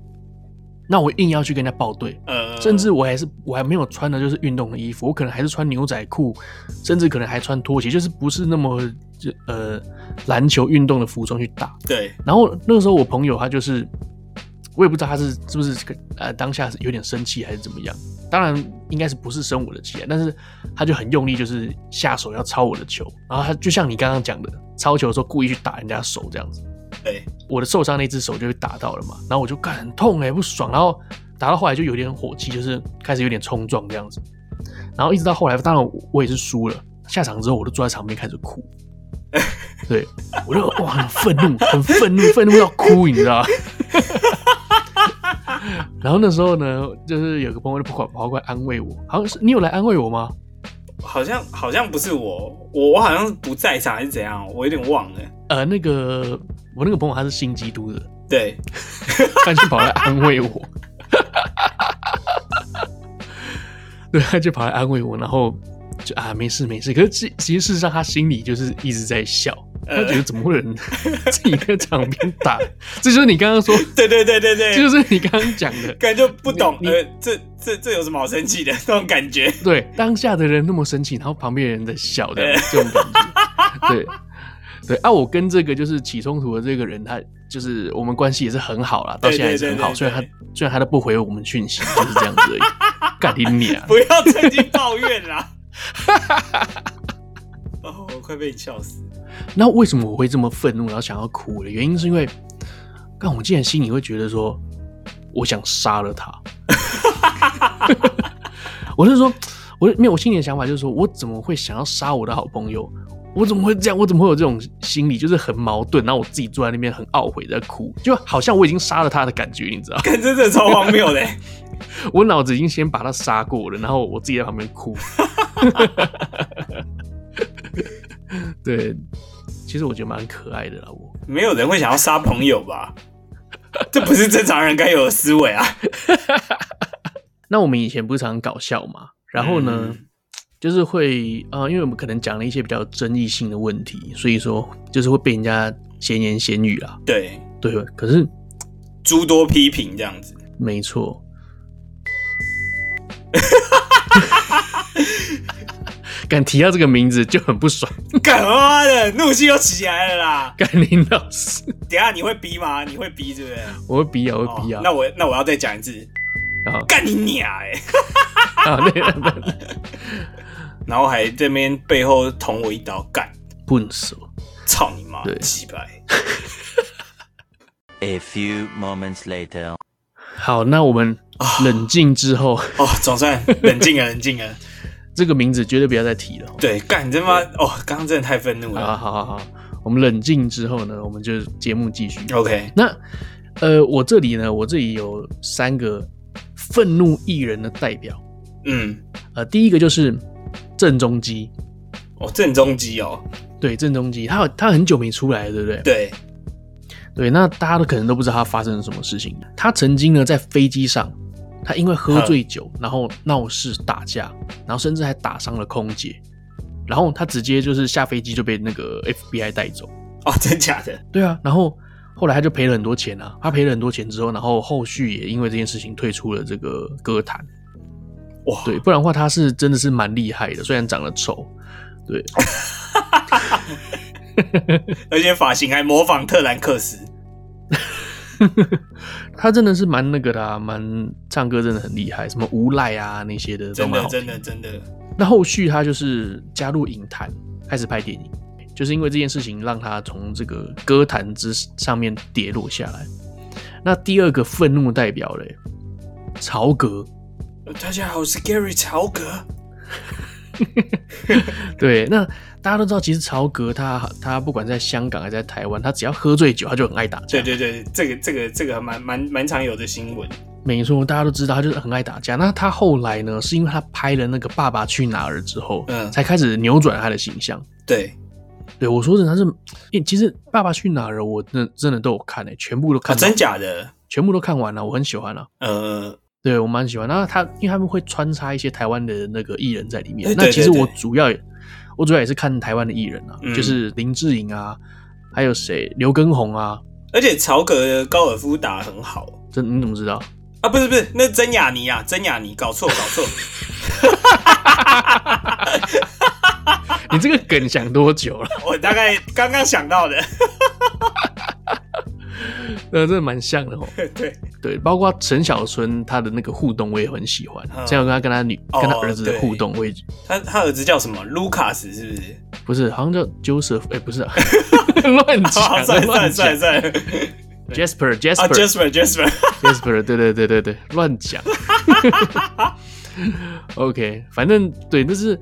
A: 那我硬要去跟人家报队，
B: 呃，
A: 甚至我还是我还没有穿的就是运动的衣服，我可能还是穿牛仔裤，甚至可能还穿拖鞋，就是不是那么就呃篮球运动的服装去打。
B: 对，
A: 然后那个时候我朋友他就是，我也不知道他是是不是呃当下是有点生气还是怎么样，当然应该是不是生我的气啊，但是他就很用力就是下手要抄我的球，然后他就像你刚刚讲的，抄球的时候故意去打人家手这样子。
B: 对，
A: 我的受伤那只手就被打到了嘛，然后我就干很痛哎、不爽，然后打到后来就有点火气，就是开始有点冲撞这样子，然后一直到后来，当然我我也是输了，下场之后我就坐在场边开始哭，对我就哇很愤怒，很愤怒，愤怒到哭，你知道吗？ 然后那时候呢，就是有个朋友就跑过来跑过来安慰我，好像是你有来安慰我吗？
B: 好像好像不是我，我我好像不在场还是怎样，我有点忘了。
A: 呃，那个我那个朋友他是新基督的，
B: 对，
A: 他就跑来安慰我，对，他就跑来安慰我，然后就啊没事没事。可是其其实事实上他心里就是一直在笑，他觉得怎么会有人 自己在场边打？这就是你刚刚说，
B: 对对对对
A: 这
B: 对，
A: 就是你刚刚讲的。
B: 感觉不懂，
A: 你你
B: 呃，这这这有什么好生气的那种 感觉？
A: 对，当下的人那么生气，然后旁边的人在笑，这样这种感觉。 对，对啊，我跟这个就是起冲突的这个人，他就是我们关系也是很好啦，到
B: 对
A: 现在
B: 对
A: 也是
B: 对
A: 很好。
B: 对
A: 虽然他
B: 对
A: 虽然他都不回我们讯息，就是这样子而已。干你娘！
B: 不要趁机抱 怨啦！哦，我快被你笑死。
A: 那为什么我会这么愤怒，然后想要哭的原因是因为，干我竟然心里会觉得说，我想杀了他。 我是说，我没有，我心里的想法就是说，我怎么会想要杀我的好朋友？我怎么会这样？我怎么会有这种心理？就是很矛盾。然后我自己坐在那边很懊悔，在哭，就好像我已经杀了他的感觉，你知道？
B: 看真的超荒谬的、
A: 我脑子已经先把他杀过了，然后我自己在旁边哭。 对，其实我觉得蛮可爱的啦，我。
B: 没有人会想要杀朋友吧？这不是正常人该有的思维啊！
A: 那我们以前不是常搞笑嘛，然后呢，
B: 嗯
A: 就是会呃，因为我们可能讲了一些比较有争议性的问题，所以说就是会被人家闲言闲语啦。
B: 对，
A: 对，可是
B: 诸多批评这样子，
A: 没错。 敢提到这个名字就很不爽，
B: 干妈的怒气又起来了啦！
A: 敢林老师，
B: 等一下你会逼吗？你会逼对不对？
A: 我会比啊，我会比
B: 哦
A: 啊，
B: 那我那我要再讲一次，
A: 啊
B: 干你娘哎、
A: 啊，那
B: 然后还这边背后捅我一刀，干，
A: 笨手。
B: 操你妈
A: 对，
B: 鸡掰！
C: A few moments later.
A: 好，那我们冷静之后，
B: 啊哦，总算冷静了，冷静了。
A: 这个名字绝对不要再提了。
B: 对，干你他妈！哦，刚刚真的太愤怒
A: 好
B: 了。
A: 好好好，我们冷静之后呢，我们就节目继续。
B: OK，
A: 那呃，我这里呢，我这里有三个愤怒艺人的代表。
B: 嗯，
A: 呃，第一个就是郑中基，
B: 哦，正中基哦，
A: 对，郑中基，他有他很久没出来了，对不对？
B: 对，
A: 对，那大家都可能都不知道他发生了什么事情。他曾经呢，在飞机上，他因为喝醉酒，然后闹事打架，然后甚至还打伤了空姐，然后他直接就是下飞机就被那个 FBI 带走。
B: 哦，真假的？
A: 对啊，然后后来他就赔了很多钱啊，他赔了很多钱之后，然后后续也因为这件事情退出了这个歌坛。
B: 哇，
A: 对，不然的话他是真的是蛮厉害的，虽然长得丑，对，
B: 而且发型还模仿特兰克斯。
A: 他真的是蛮那个的、啊，蛮唱歌真的很厉害，什么无赖啊那些的，
B: 真
A: 都蛮
B: 的
A: 好听
B: 真的。真的，
A: 那后续他就是加入影坛，开始拍电影，就是因为这件事情让他从这个歌坛之上面跌落下来。那第二个愤怒代表嘞，曹格。
B: 大家好，我是 Gary 曹格。
A: 对，那大家都知道，其实曹格他他不管在香港还是在台湾，他只要喝醉酒，他就很爱打架。
B: 对对对，这个这个这个还蛮蛮蛮常有的新闻。
A: 没错，大家都知道他就是很爱打架。那他后来呢，是因为他拍了那个《爸爸去哪儿》之后，
B: 嗯
A: 才开始扭转他的形象。
B: 对，
A: 对我说真的，他是，因为其实《爸爸去哪儿》我真的真的都有看诶、全部都
B: 啊，
A: 看完、
B: 真假的？
A: 全部都看完了，我很喜欢啊。
B: 呃，
A: 对我蛮喜欢。那他因为他们会穿插一些台湾的那个艺人在里面
B: 哎对。
A: 那其实
B: 对对
A: 我主要也我主要也是看台湾的艺人啊，
B: 嗯
A: 就是林志颖啊，还有谁刘畊宏啊。
B: 而且曹格的高尔夫打得很好
A: 这你怎么知道？
B: 啊，不是不是，那真雅尼啊，真雅尼，搞错搞错，
A: 你这个梗想多久了？
B: 我大概刚刚想到的。
A: 呃，真的蛮像的哦。
B: 对，
A: 对，包括陈小春他的那个互动，我也很喜欢。
B: 嗯
A: 陈小春他跟他女、
B: 哦
A: 跟他儿子的互动，我也
B: 他他儿子叫什么？卢卡斯是不是？
A: 不是好像叫 Joseph，哎、不是、 啊， 乱
B: 好，
A: 讲
B: 算了
A: 乱
B: 算了
A: 讲。
B: 算了。
A: Jasper
B: 啊
A: Jasper、
B: ，Jasper Jasper，
A: Jasper，对 对对对对，乱讲。OK，反正对，但是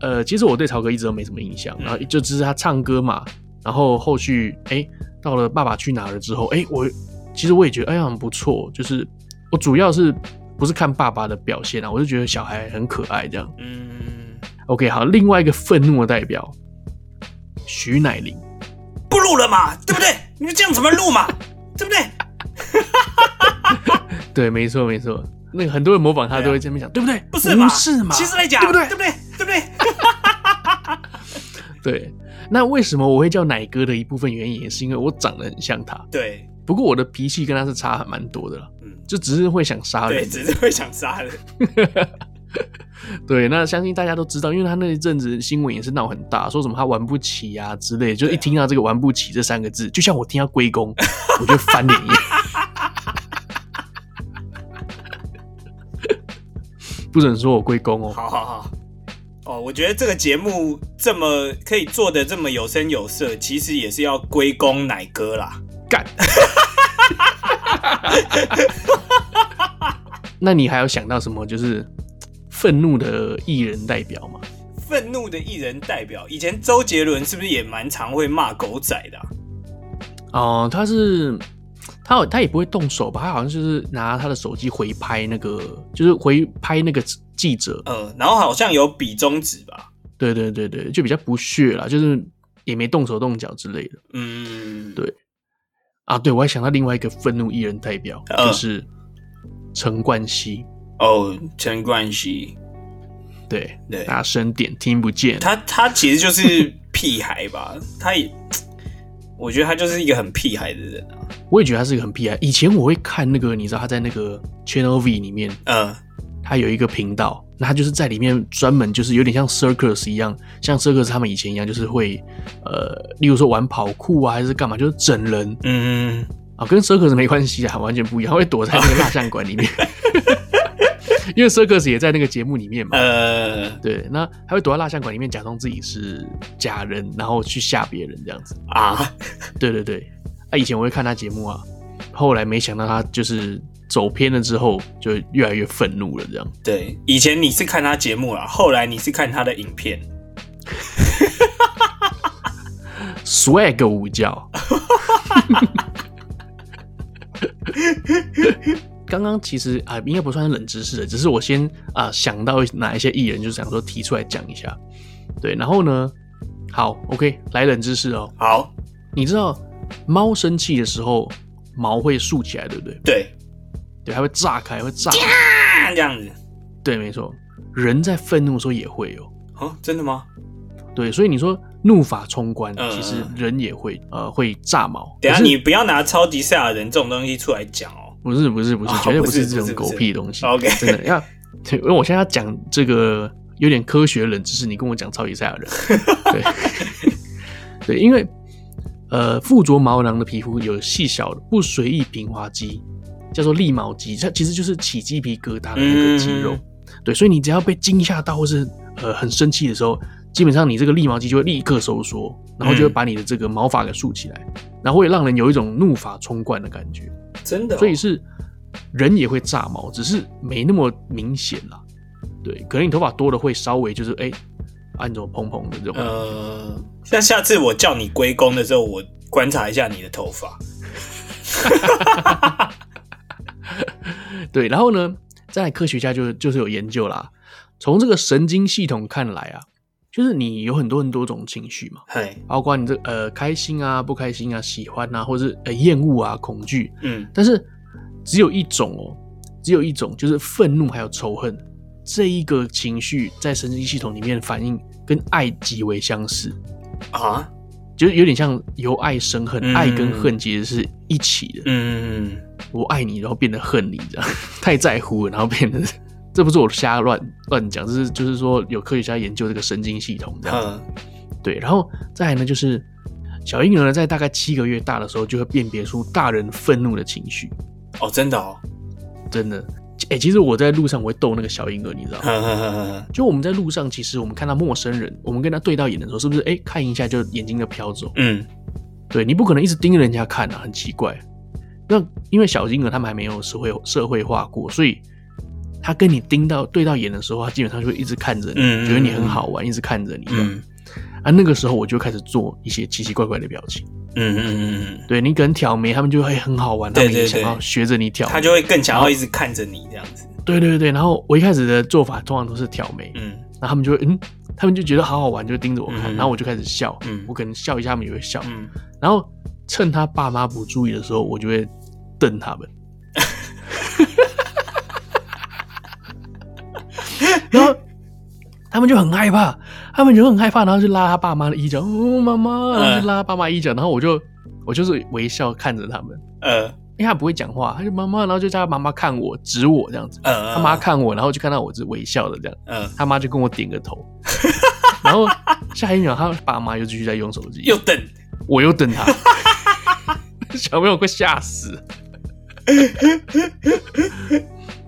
A: 呃，其实我对曹格一直都没什么印象，然后就只是他唱歌嘛，然后后续哎、到了《爸爸去哪儿》了之后，哎、我其实我也觉得哎呀很不错，就是我主要是不是看爸爸的表现啊，我就觉得小孩很可爱这样。
B: 嗯，
A: OK，好，另外一个愤怒的代表徐乃麟，
B: 不录了嘛，对不对？你们这样怎么录嘛，对不对？
A: 对，没错没错，那个很多人模仿他
B: 对啊
A: 都会这么讲，对不对？
B: 不是嘛，
A: 不是嘛，
B: 其实来讲，
A: 对不对？
B: 对不对？对不对？
A: 对，那为什么我会叫奶哥的一部分原因，也是因为我长得很像他，
B: 对，
A: 不过我的脾气跟他是差蛮多的啦，
B: 嗯，
A: 就只是会想杀
B: 对，
A: 人。
B: 只是会想杀人。
A: 对，那相信大家都知道，因为他那一阵子新闻也是闹很大，说什么他玩不起啊之类的，就
B: 对
A: 一
B: 啊
A: 听到这个“玩不起”这三个字，就像我听到“龟公”，我就翻脸一 样。不准说我龟公哦，
B: 好好好。哦，我觉得这个节目这么可以做的这么有声有色，其实也是要归功奶哥啦。
A: 干。 那你还有想到什么就是愤怒的艺人代表吗？
B: 愤怒的艺人代表，以前周杰伦是不是也蛮常会骂狗仔的啊、
A: 哦、他是他好他也不会动手吧？他好像就是拿他的手机回拍那个，就是回拍那个记者。
B: 嗯，然后好像有比中指吧？
A: 对对对对，就比较不屑啦，就是也没动手动脚之类的
B: 嗯，
A: 对啊。对，我还想到另外一个愤怒艺人代表，
B: 嗯
A: 就是陈冠希。
B: 哦，陈冠希，
A: 对，
B: 对
A: 大声点，听不见。
B: 他他其实就是屁孩吧？他也，我觉得他就是一个很屁孩的人啊。
A: 我也觉得他是一个很屁孩。以前我会看那个，你知道他在那个 Channel V 里面，
B: 嗯，
A: 他有一个频道，那他就是在里面专门就是有点像 circus 一样，像 circus 他们以前一样，就是会呃，例如说玩跑酷啊，还是干嘛，就是整人
B: 嗯，
A: 啊，跟 circus 没关系啊，完全不一样，他会躲在那个蜡像馆里面，因为 circus 也在那个节目里面嘛。
B: 呃
A: 对，那他会躲在蜡像馆里面，假装自己是假人，然后去吓别人这样子。
B: 啊，
A: 对对对，啊，以前我会看他节目啊，后来没想到他就是走偏了之后，就越来越愤怒了这样。
B: 对，以前你是看他节目啦，后来你是看他的影片。
A: swag 午觉。 刚刚其实啊、应该不算是冷知识的，只是我先啊、想到哪一些艺人，就是想说提出来讲一下。对，然后呢，好，OK，来冷知识哦。
B: 好，
A: 你知道猫生气的时候毛会竖起来，对不对？
B: 对，
A: 对，它会炸开，会炸。
B: 啊，这样子，
A: 对，没错，人在愤怒的时候也会哦。
B: 哦，真的吗？
A: 对，所以你说怒发冲冠，
B: 嗯
A: 其实人也会呃会炸毛。
B: 等一下
A: 可是
B: 你不要拿超级赛亚人这种东西出来讲哦。
A: 不是不是不是
B: 哦，
A: 绝对
B: 不
A: 不
B: 是
A: 是这
B: 不
A: 种
B: 是不
A: 狗
B: 是
A: 屁东西。
B: OK，
A: 真的 要，因为我现在要讲这个有点科学冷知识，你跟我讲超级赛亚人，对 对，因为呃，附着毛囊的皮肤有细小的不随意平滑肌，叫做立毛肌，它其实就是起鸡皮疙瘩的那个肌肉。
B: 嗯
A: 对，所以你只要被惊吓到或是呃很生气的时候，基本上你这个立毛肌就会立刻收缩，然后就会
B: 嗯
A: 把你的这个毛发给竖起来，然后会让人有一种怒发冲冠的感觉。
B: 真的哦、
A: 所以是人也会炸毛，只是没那么明显啦。对，可能你头发多了会稍微就是哎、啊你怎么蓬蓬的这种，
B: 呃，像下次我叫你归功的时候，我观察一下你的头发。
A: 对。然后呢，再来科学家就就是有研究啦，从这个神经系统看来啊，就是你有很多很多种情绪嘛，
B: 嘿，
A: 包括你这呃开心啊、不开心啊、喜欢啊，或是呃厌恶啊、恐惧，
B: 嗯，
A: 但是只有一种哦，只有一种就是愤怒还有仇恨这一个情绪在神经系统里面反应跟爱极为相似，
B: 啊，
A: 就是有点像由爱生恨，
B: 嗯
A: 爱跟恨其实是一起的。
B: 嗯，
A: 我爱你，然后变得恨你，这样 太在乎了，然后变得这不是我瞎乱乱讲，这是就是说有科学家研究这个神经系统这样子。
B: 嗯，
A: 对，然后再来呢就是。小婴儿呢，在大概七个月大的时候，就会辨别出大人愤怒的情绪。
B: 哦，真的哦，
A: 真的。哎、其实我在路上我会逗那个小婴儿，你知道吗？
B: 呵呵呵呵
A: 就我们在路上，其实我们看到陌生人，我们跟他对到眼的时候，是不是？哎、看一下就眼睛就飘走。
B: 嗯，
A: 对你不可能一直盯着人家看啊，很奇怪。那因为小婴儿他们还没有社会社会化过，所以他跟你盯到对到眼的时候，他基本上就会一直看着你，
B: 嗯嗯
A: 觉得你很好玩，一直看着你。
B: 嗯，
A: 啊，那个时候我就开始做一些奇奇怪怪的表情。
B: 嗯嗯嗯嗯，
A: 对你可能挑眉，他们就会哎很好玩，他
B: 对
A: 们也
B: 对
A: 想
B: 对
A: 要学着你挑眉。
B: 他就会更想要一直看着你这样子。
A: 对对对，然后我一开始的做法通常都是挑眉，
B: 嗯
A: 然后他们就会嗯，他们就觉得好好玩，就盯着我看，
B: 嗯
A: 然后我就开始笑，
B: 嗯
A: 我可能笑一下，他们也会笑，
B: 嗯，
A: 然后趁他爸妈不注意的时候，我就会瞪他 们，然后他们就很害怕，他们就很害怕，然后就拉他爸妈的衣角，哦妈
B: 嗯
A: 妈，然后就拉他爸妈衣角，然后我就我就是微笑看着他们，
B: 呃
A: 因为他不会讲话，他就妈妈，然后就叫他妈妈看我，指我这样子，
B: 呃，
A: 他妈，看我，然后就看到我是微笑的这样。
B: 呃，
A: 他妈就跟我点个 头，然后下一秒他爸妈又继续在用手机，
B: 又等，
A: 我又瞪他， 小朋友快吓 死。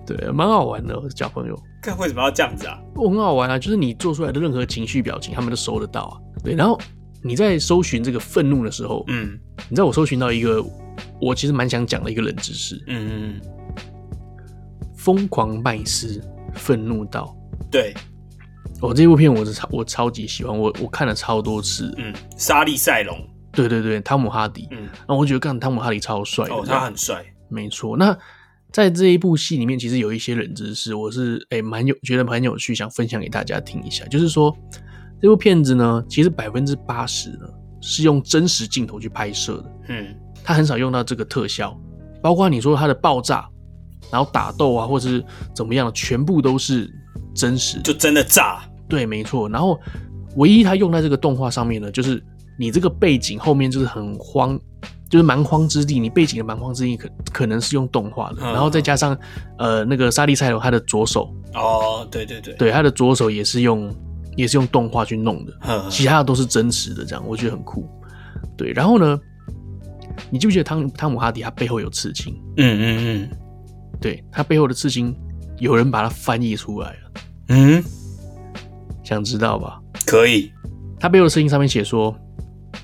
A: 对，蛮好玩的，小朋友，
B: 看为什么要这样子啊？
A: 我很好玩啊，就是你做出来的任何情绪表情，他们都收得到啊。对，然后你在搜寻这个愤怒的时候，
B: 嗯
A: 你知道我搜寻到一个我其实蛮想讲的一个冷知识：
B: 嗯嗯，
A: 疯狂麦斯愤怒到
B: 对，
A: 哦，这部片我是超我超级喜欢，我我看了超多次。
B: 嗯，沙利塞隆，
A: 对对对，汤姆哈迪，
B: 嗯，
A: 然后我觉得干汤姆哈迪超帅的。
B: 哦，他很帅，
A: 没错。那在这一部戏里面，其实有一些冷知识，我是诶蛮、有觉得蛮有趣，想分享给大家听一下。就是说，这部片子呢，其实百分之八十呢是用真实镜头去拍摄的，
B: 嗯，
A: 它很少用到这个特效，包括你说它的爆炸，然后打斗啊，或是怎么样的，全部都是真实的。
B: 就真的炸，
A: 对，没错。然后唯一它用在这个动画上面呢，就是你这个背景后面就是很荒，就是蛮荒之地，你背景的蛮荒之地可可能是用动画的，
B: 嗯
A: 然后再加上呃那个沙利塞罗他的左手，
B: 哦，对对对，
A: 对，他的左手也是用也是用动画去弄的，
B: 嗯，
A: 其他的都是真实的，这样我觉得很酷。对，然后呢，你记不记得汤汤姆哈迪他背后有刺青？
B: 嗯嗯
A: 对他背后的刺青，有人把它翻译出来了，
B: 嗯嗯，
A: 想知道吧？
B: 可以，
A: 他背后的事情上面写说，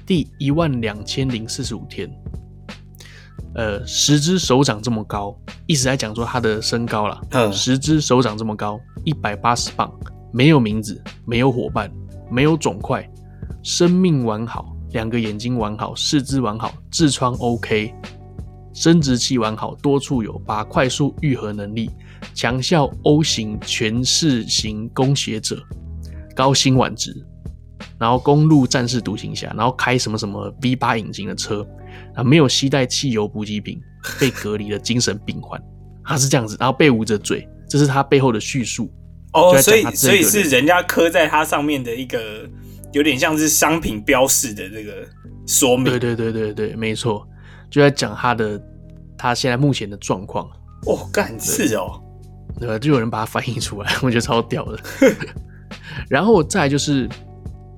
A: 第一万两千零四十五天，呃，十只手掌这么高，一直在讲说他的身高啦，
B: 嗯
A: 十只手掌这么高，一百八十磅，没有名字，没有伙伴，没有肿块，生命完好，两个眼睛完好，四肢完好，痔疮 OK，生殖器完好，多处有疤，快速愈合能力，强效 O 型全视型供血者，高辛烷值，然后公路战士独行侠，然后开什么什么 V 八引擎的车，啊，没有携带汽油补给品，被隔离的精神病患，他是这样子，然后被捂着嘴，这是他背后的叙述。
B: 哦，
A: 就在
B: 所以
A: 讲他这
B: 所
A: 个
B: 以
A: 人
B: 是人家刻在它上面的一个，有点像是商品标示的这个说明
A: 对，对对对对，没错，就在讲他的他现在目前的状况，
B: 哦，干是哦，
A: 对吧？就有人把它翻译出来，我觉得超屌的。然后再来就是，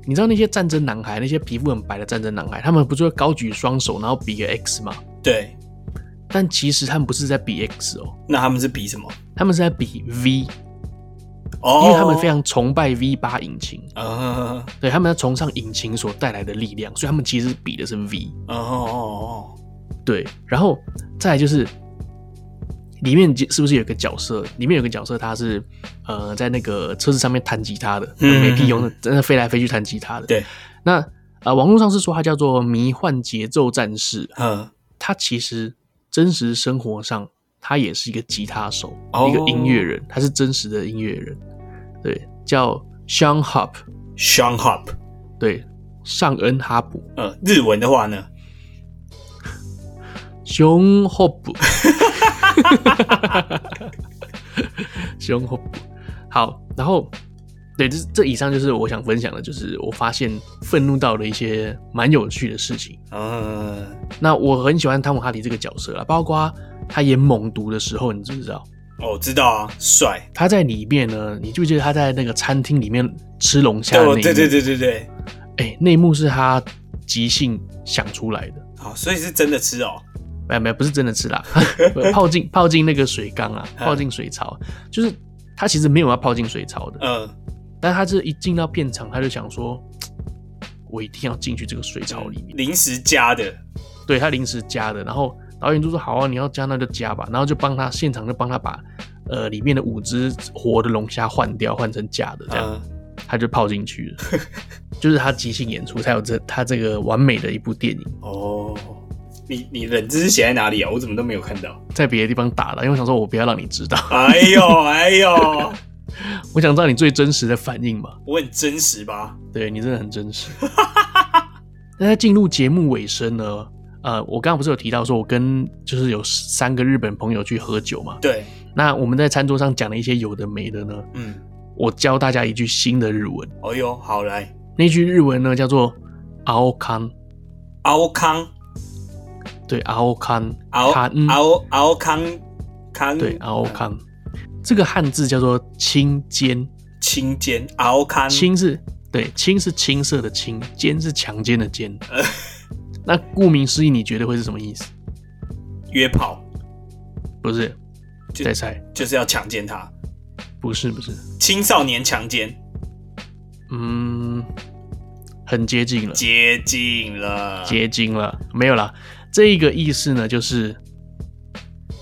A: 你知道那些战争男孩，那些皮肤很白的战争男孩，他们不是会高举双手，然后比个 X 吗？
B: 对，
A: 但其实他们不是在比 X 哦，
B: 那他们是比什么？
A: 他们是在比 V，
B: 哦，
A: 因为他们非常崇拜 V 八引擎，
B: 啊，
A: 对，他们在崇尚引擎所带来的力量，所以他们其实比的是 V。
B: 哦哦
A: 对，然后再来就是里面是不是有一个角色？里面有个角色他是呃在那个车子上面弹吉他的，
B: 嗯
A: 没屁用的，真的飞来飞去弹吉他的。
B: 对，
A: 那呃网络上是说他叫做迷幻节奏战士，
B: 哦，
A: 他其实真实生活上他也是一个吉他手，
B: 哦
A: 一个音乐人，他是真实的音乐人，对，叫 Sean Hop，
B: 嗯，Sean Hop，
A: 对，尚恩哈普，
B: 呃，日文的话呢，
A: 熊 Hop，熊 Hop，好，然后。对，这这以上就是我想分享的，就是我发现愤怒到的一些蛮有趣的事情。
B: 嗯，
A: 那我很喜欢汤姆哈迪这个角色啦，包括他演猛毒的时候，你知不知道？
B: 哦，知道啊，帅，
A: 他在里面呢，你记不记得他在那个餐厅里面吃龙虾的那一幕？
B: 哦对对对，对对对，
A: 哎、那一幕是他即兴想出来的，
B: 好，所以是真的吃哦，
A: 没哎有没有，不是真的吃啦， 泡进泡进那个水缸啊，
B: 嗯
A: 泡进水槽，就是他其实没有要泡进水槽的，
B: 嗯，
A: 但他是一进到片场，他就想说，我一定要进去这个水槽里面，
B: 临时加的，
A: 对他临时加的，然后导演就说好啊，你要加那就加吧，然后就帮他现场就帮他把呃里面的五只活的龙虾换掉，换成假的这样。
B: 嗯，
A: 他就泡进去了， 就是他即兴演出才有这他这个完美的一部电影，
B: 哦，你你冷知识写在哪里啊？我怎么都没有看到。
A: 在别的地方打了，因为我想说我不要让你知道，
B: 哎呦 哎呦，
A: 我想知道你最真实的反应嘛，
B: 我很真实吧？
A: 对你真的很真实。 那在进入节目尾声呢，呃，我刚刚不是有提到说我跟就是有三个日本朋友去喝酒嘛，
B: 对，
A: 那我们在餐桌上讲了一些有的没的呢，
B: 嗯，
A: 我教大家一句新的日文，
B: 哦呦，好来，
A: 那句日文呢叫做“凹康”，
B: 敖康，
A: 对，凹康，
B: 敖
A: 卡恩
B: 敖敖康康，
A: 对，凹康，这个汉字叫做青奸，
B: 青肩，敖康，
A: 青是对，青是青色的青，奸是强奸的奸。那顾名思义，你觉得会是什么意思？
B: 约炮
A: 不是，
B: 就
A: 再猜，
B: 就是要强奸他，
A: 不是，不是，
B: 青少年强奸，
A: 嗯，很接近了，
B: 接近了，
A: 接近了，没有啦。这一个意思呢，就是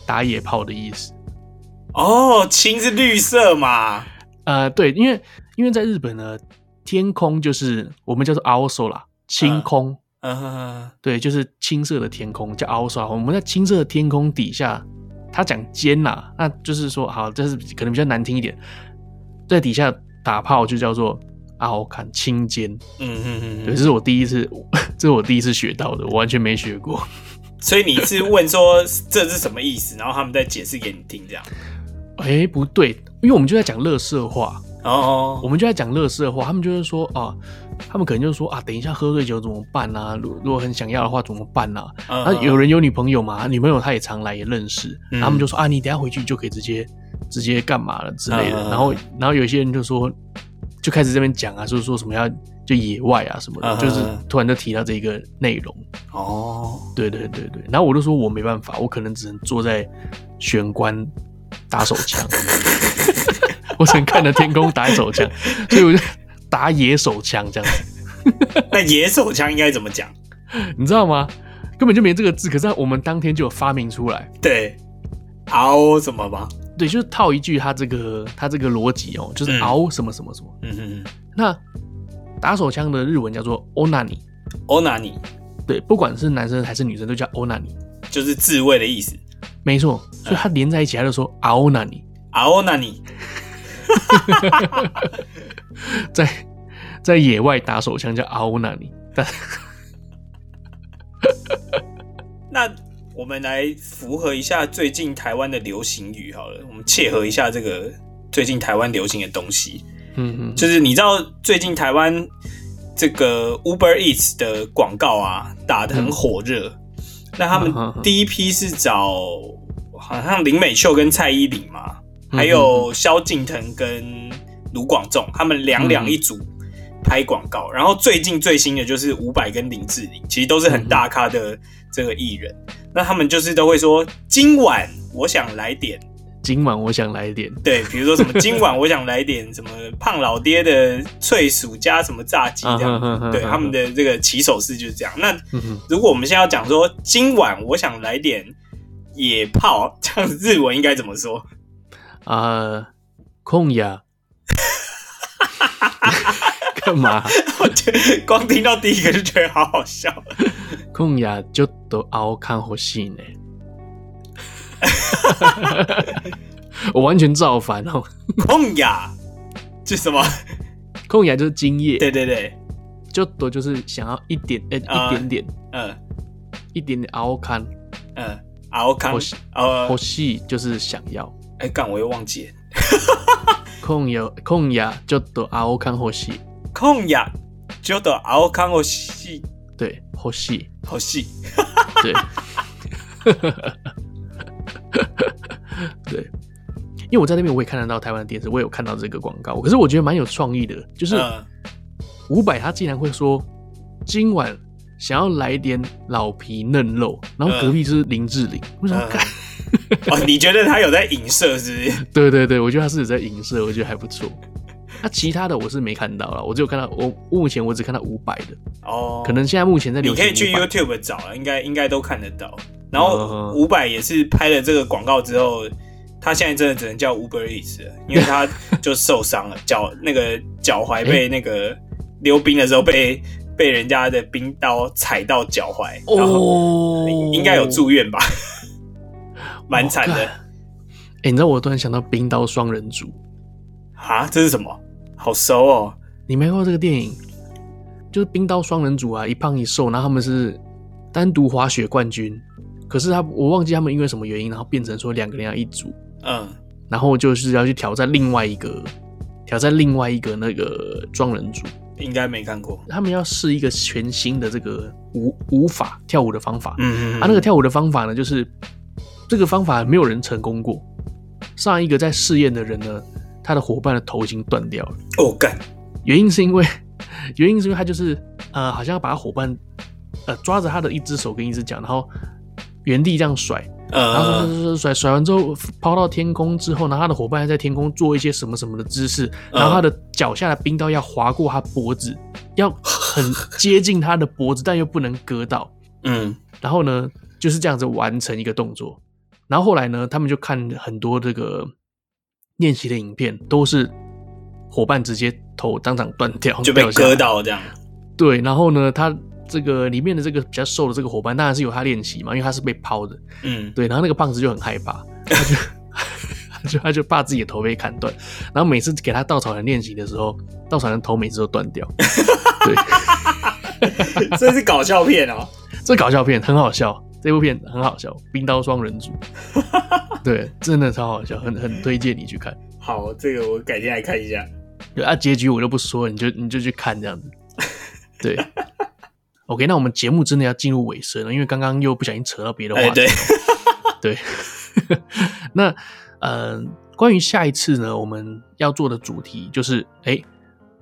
A: 打野炮的意思。
B: 哦，青是绿色嘛，
A: 呃，对，因为因为在日本呢，天空就是我们叫做 a o s o 啦，青空，
B: 嗯哼哼，
A: 对，就是青色的天空叫 a o s o 我们在青色的天空底下，他讲尖啦、那就是说好，这是可能比较难听一点，在底下打炮就叫做 a o 看青尖，
B: 嗯嗯嗯
A: 对，这
B: 嗯。
A: 是我第一次， 这是我第一次学到的，我完全没学过。
B: 所以你是问说这是什么意思，然后他们再解释给你听，这样。
A: 哎，不对，因为我们就在讲乐色话，我
B: 哦，
A: 们就在讲乐色话，他们就是说啊，他们可能就是说啊，等一下喝醉酒怎么办啊？如如果很想要的话怎么办啊？
B: 嗯
A: 啊，有人有女朋友嘛？女朋友她也常来，也认识，
B: 嗯
A: 然后他们就说啊，你等一下回去就可以直接直接干嘛了之类
B: 嗯嗯
A: 的。
B: 嗯
A: 然后然后有一些人就说，就开始这边讲啊，就是说什么要就野外啊什么的，
B: 嗯嗯嗯
A: 就是突然就提到这一个内容。
B: 哦，
A: 对对对对，然后我就说我没办法，我可能只能坐在玄关打手枪， 我只能看着天空打手枪，所以我就打野手枪这样子，
B: 那野手枪应该怎么讲？
A: 你知道吗？根本就没这个字，可是我们当天就有发明出来。
B: 对，嗷什么吧？
A: 对，就是套一句他这个他这个逻辑哦，就是
B: 嗯
A: 熬什么什么什么。
B: 嗯嗯嗯，
A: 那打手枪的日文叫做 onani，
B: 欧纳尼
A: 对，不管是男生还是女生都叫 onani，
B: 就是自卫的意思。
A: 没错。所以它连在一起，他就说 aonani。
B: 嗷纳尼，
A: 在 在野外打手枪叫阿欧纳尼，但
B: 那我们来符合一下最近台湾的流行语好了，我们切合一下这个最近台湾流行的东西。
A: 嗯嗯，
B: 就是你知道最近台湾这个 Uber Eats 的广告啊，打得很火热。那他
A: 嗯哼
B: 们
A: 哼
B: 第一批是找好像林美秀跟蔡依林嘛，
A: 嗯
B: 还有萧敬腾跟卢广仲，他们两两一
A: 嗯
B: 组拍广告。然后最近最新的就是伍佰跟林志玲，其实都是
A: 嗯
B: 很大咖的这个艺人。那他们就是都会说，今晚我想来点
A: 今晚我想来一点，
B: 对，比如说 什么今晚我想来点什么胖老爹的脆薯加什么炸鸡这样，
A: 样
B: 对他们，的这个起手式就是这样。那
A: 嗯哼
B: 如果我们现在要讲说今晚我想来点野炮，这样日文应该怎么说？
A: 啊，控呀， 干嘛？
B: 我觉得光听到第一个就觉得好好笑。
A: 控呀就都熬看火戏呢， 我完全造反哦。
B: 空呀，这什么？
A: 控呀就是今夜，
B: 对对对，
A: 就都就是想要一点，呃，一
B: 啊
A: 点点，
B: 嗯
A: 一点点熬看
B: 嗯，敖康
A: 我是，
B: 呃
A: 火，戏就是想要。
B: 哎，干我又忘记了，
A: 空有空呀，就都熬看火戏，
B: 空呀，就得敖康我细
A: 对，火戏，
B: 好细，
A: 对， 对，因为我在那边我也看得到台湾的电视，我也有看到这个广告，可是我觉得蛮有创意的，就是
B: 嗯
A: 伍佰他竟然会说今晚想要来点老皮嫩肉，然后隔壁就是林志玲，我想说
B: 嗯
A: 干，
B: 哦，你觉得他有在影射是不是？
A: 对对对，我觉得他是有在影射，我觉得还不错。那、其他的我是没看到了，我只有看到我目前我只看到伍佰的，
B: 哦，
A: 可能现在目前在流
B: 你
A: 行
B: 可以
A: 伍
B: 去
A: 佰
B: YouTube 找啊，应该应该都看得到。然
A: 嗯
B: 后伍佰也是拍了这个广告之后，他现在真的只能叫 Uber Eats，了因为他就 受伤了，脚那个脚踝被那个溜冰的时候被被人家的冰刀踩到脚踝，然后
A: 哦
B: 应该有住 院吧，蛮惨
A: 哎、
B: 的
A: 诶你知道我突然想到《冰刀双人组》，
B: 啊！这是什么？好熟哦，
A: 你没看过这个电影？就是《冰刀双人组》啊，一胖一瘦，然后他们是单独滑雪冠军。可是他，我忘记他们因为什么原因，然后变成说两个人要一组，
B: 嗯
A: 然后就是要去挑战另外一个，挑战另外一个那个双人组。
B: 应该没看过，
A: 他们要试一个全新的这个舞舞法跳舞的方法。
B: 嗯嗯嗯
A: 啊，那个跳舞的方法呢，就是这个方法没有人成功过。上一个在试验的人呢，他的伙伴的头已经断掉了，
B: 哦干，
A: 原因是因为 原因是因为他就是呃，好像要把伙伴呃抓着他的一只手跟一只脚，然后原地这样甩，然后甩甩
B: 呃，
A: 甩甩甩完之后抛到天空之后，然后他的伙伴还在天空做一些什么什么的姿势，然后他的脚下的冰刀要划过他脖子，要很接近他的脖子，但又不能割到。
B: 嗯
A: 然后呢，就是这样子完成一个动作。然后后来呢，他们就看很多这个练习的影片，都是伙伴直接头当场断掉，
B: 就被
A: 掉下来
B: 割到这样。
A: 对，然后呢，他这个里面的这个比较瘦的这个伙伴，当然是有他练习嘛，因为他是被抛的。
B: 嗯，
A: 对，然后那个胖子就很害怕，他就 他就他就怕自己的头被砍断，然后每次给他稻草人练习的时候，稻草人头每次都断掉。对，
B: 这是搞笑片哦。
A: 这搞笑片很好笑，这部片很好笑，《冰刀双人组》 对，真的超好笑，很很推荐你去看。
B: 好，这个我改天来看一下。
A: 对啊，结局我就不说了，你就你就去看这样子。对，OK，那我们节目真的要进入尾声了，因为刚刚又不小心扯到别的话
B: 哎，
A: 题。
B: 对，
A: 对， 那呃，关于下一次呢，我们要做的主题就是哎，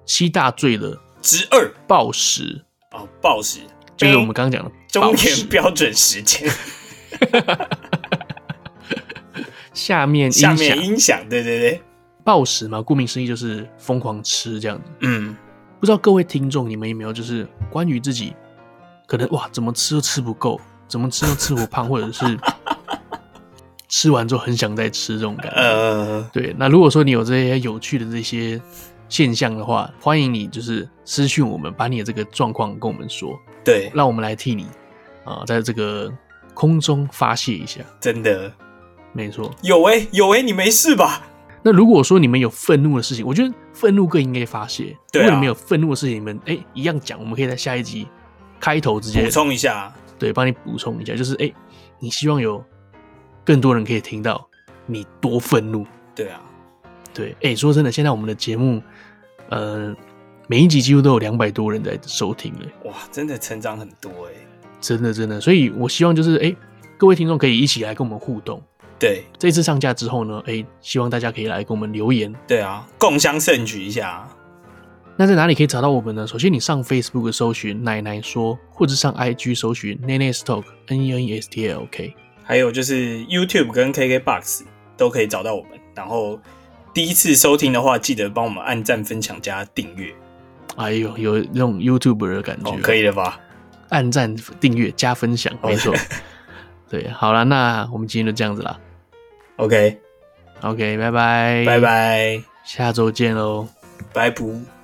A: 七大罪的
B: 之二
A: 暴食，
B: 哦，暴食，
A: 就是我们刚刚讲的
B: 中
A: 暴
B: 原
A: 食。
B: 标准 时间，
A: 下面
B: 下
A: 音
B: 面
A: 响
B: 音响，对对对，
A: 暴食嘛，顾名思义就是疯狂吃这样子。
B: 嗯，
A: 不知道各位听众你们有没有就是关于自己可能哇怎么吃都吃不够，怎么吃都吃不胖，或者是吃完之后很想再吃这种感觉。
B: 呃，
A: 对，那如果说你有这些有趣的这些现象的话，欢迎你就是私讯我们，把你的这个状况跟我们说，
B: 对，
A: 让我们来替你啊、在这个空中发泄一下。
B: 真的
A: 没错。
B: 有哎、有哎、你没事吧？
A: 那如果说你们有愤怒的事情，我觉得愤怒更应该发泄。如
B: 对啊
A: 果你们有愤怒的事情，你们哎、一样讲，我们可以在下一集开头直接
B: 补充一下，啊
A: 对，帮你补充一下，就是哎、你希望有更多人可以听到你多愤怒。
B: 对啊，
A: 对，哎、说真的，现在我们的节目，呃，每一集几乎都有两百多人在收听了，
B: 哇，真的成长很多哎、
A: 真的真的。所以我希望就是，哎、各位听众可以一起来跟我们互动。
B: 对
A: 这次上架之后呢，哎、希望大家可以来给我们留言。
B: 对啊，共襄盛举一下，啊
A: 那在哪里可以找到我们呢？首先，你上 Facebook 搜寻“奶奶说”，或者上 IG 搜寻 “Nene Talk N E N E S T A L K”。
B: 还有就是 YouTube 跟 KKBox 都可以找到我们。然后第一次收听的话，记得帮我们按赞、分享、加订阅
A: 哎呦，有那种 YouTuber 的感觉，
B: 哦，可以了吧？
A: 按赞、订阅、加分享，
B: 哦
A: 没错。对，好了，那我们今天就这样子啦。
B: OK，
A: OK，拜拜，
B: 拜，拜，
A: 下周见喽。
B: 拜拜。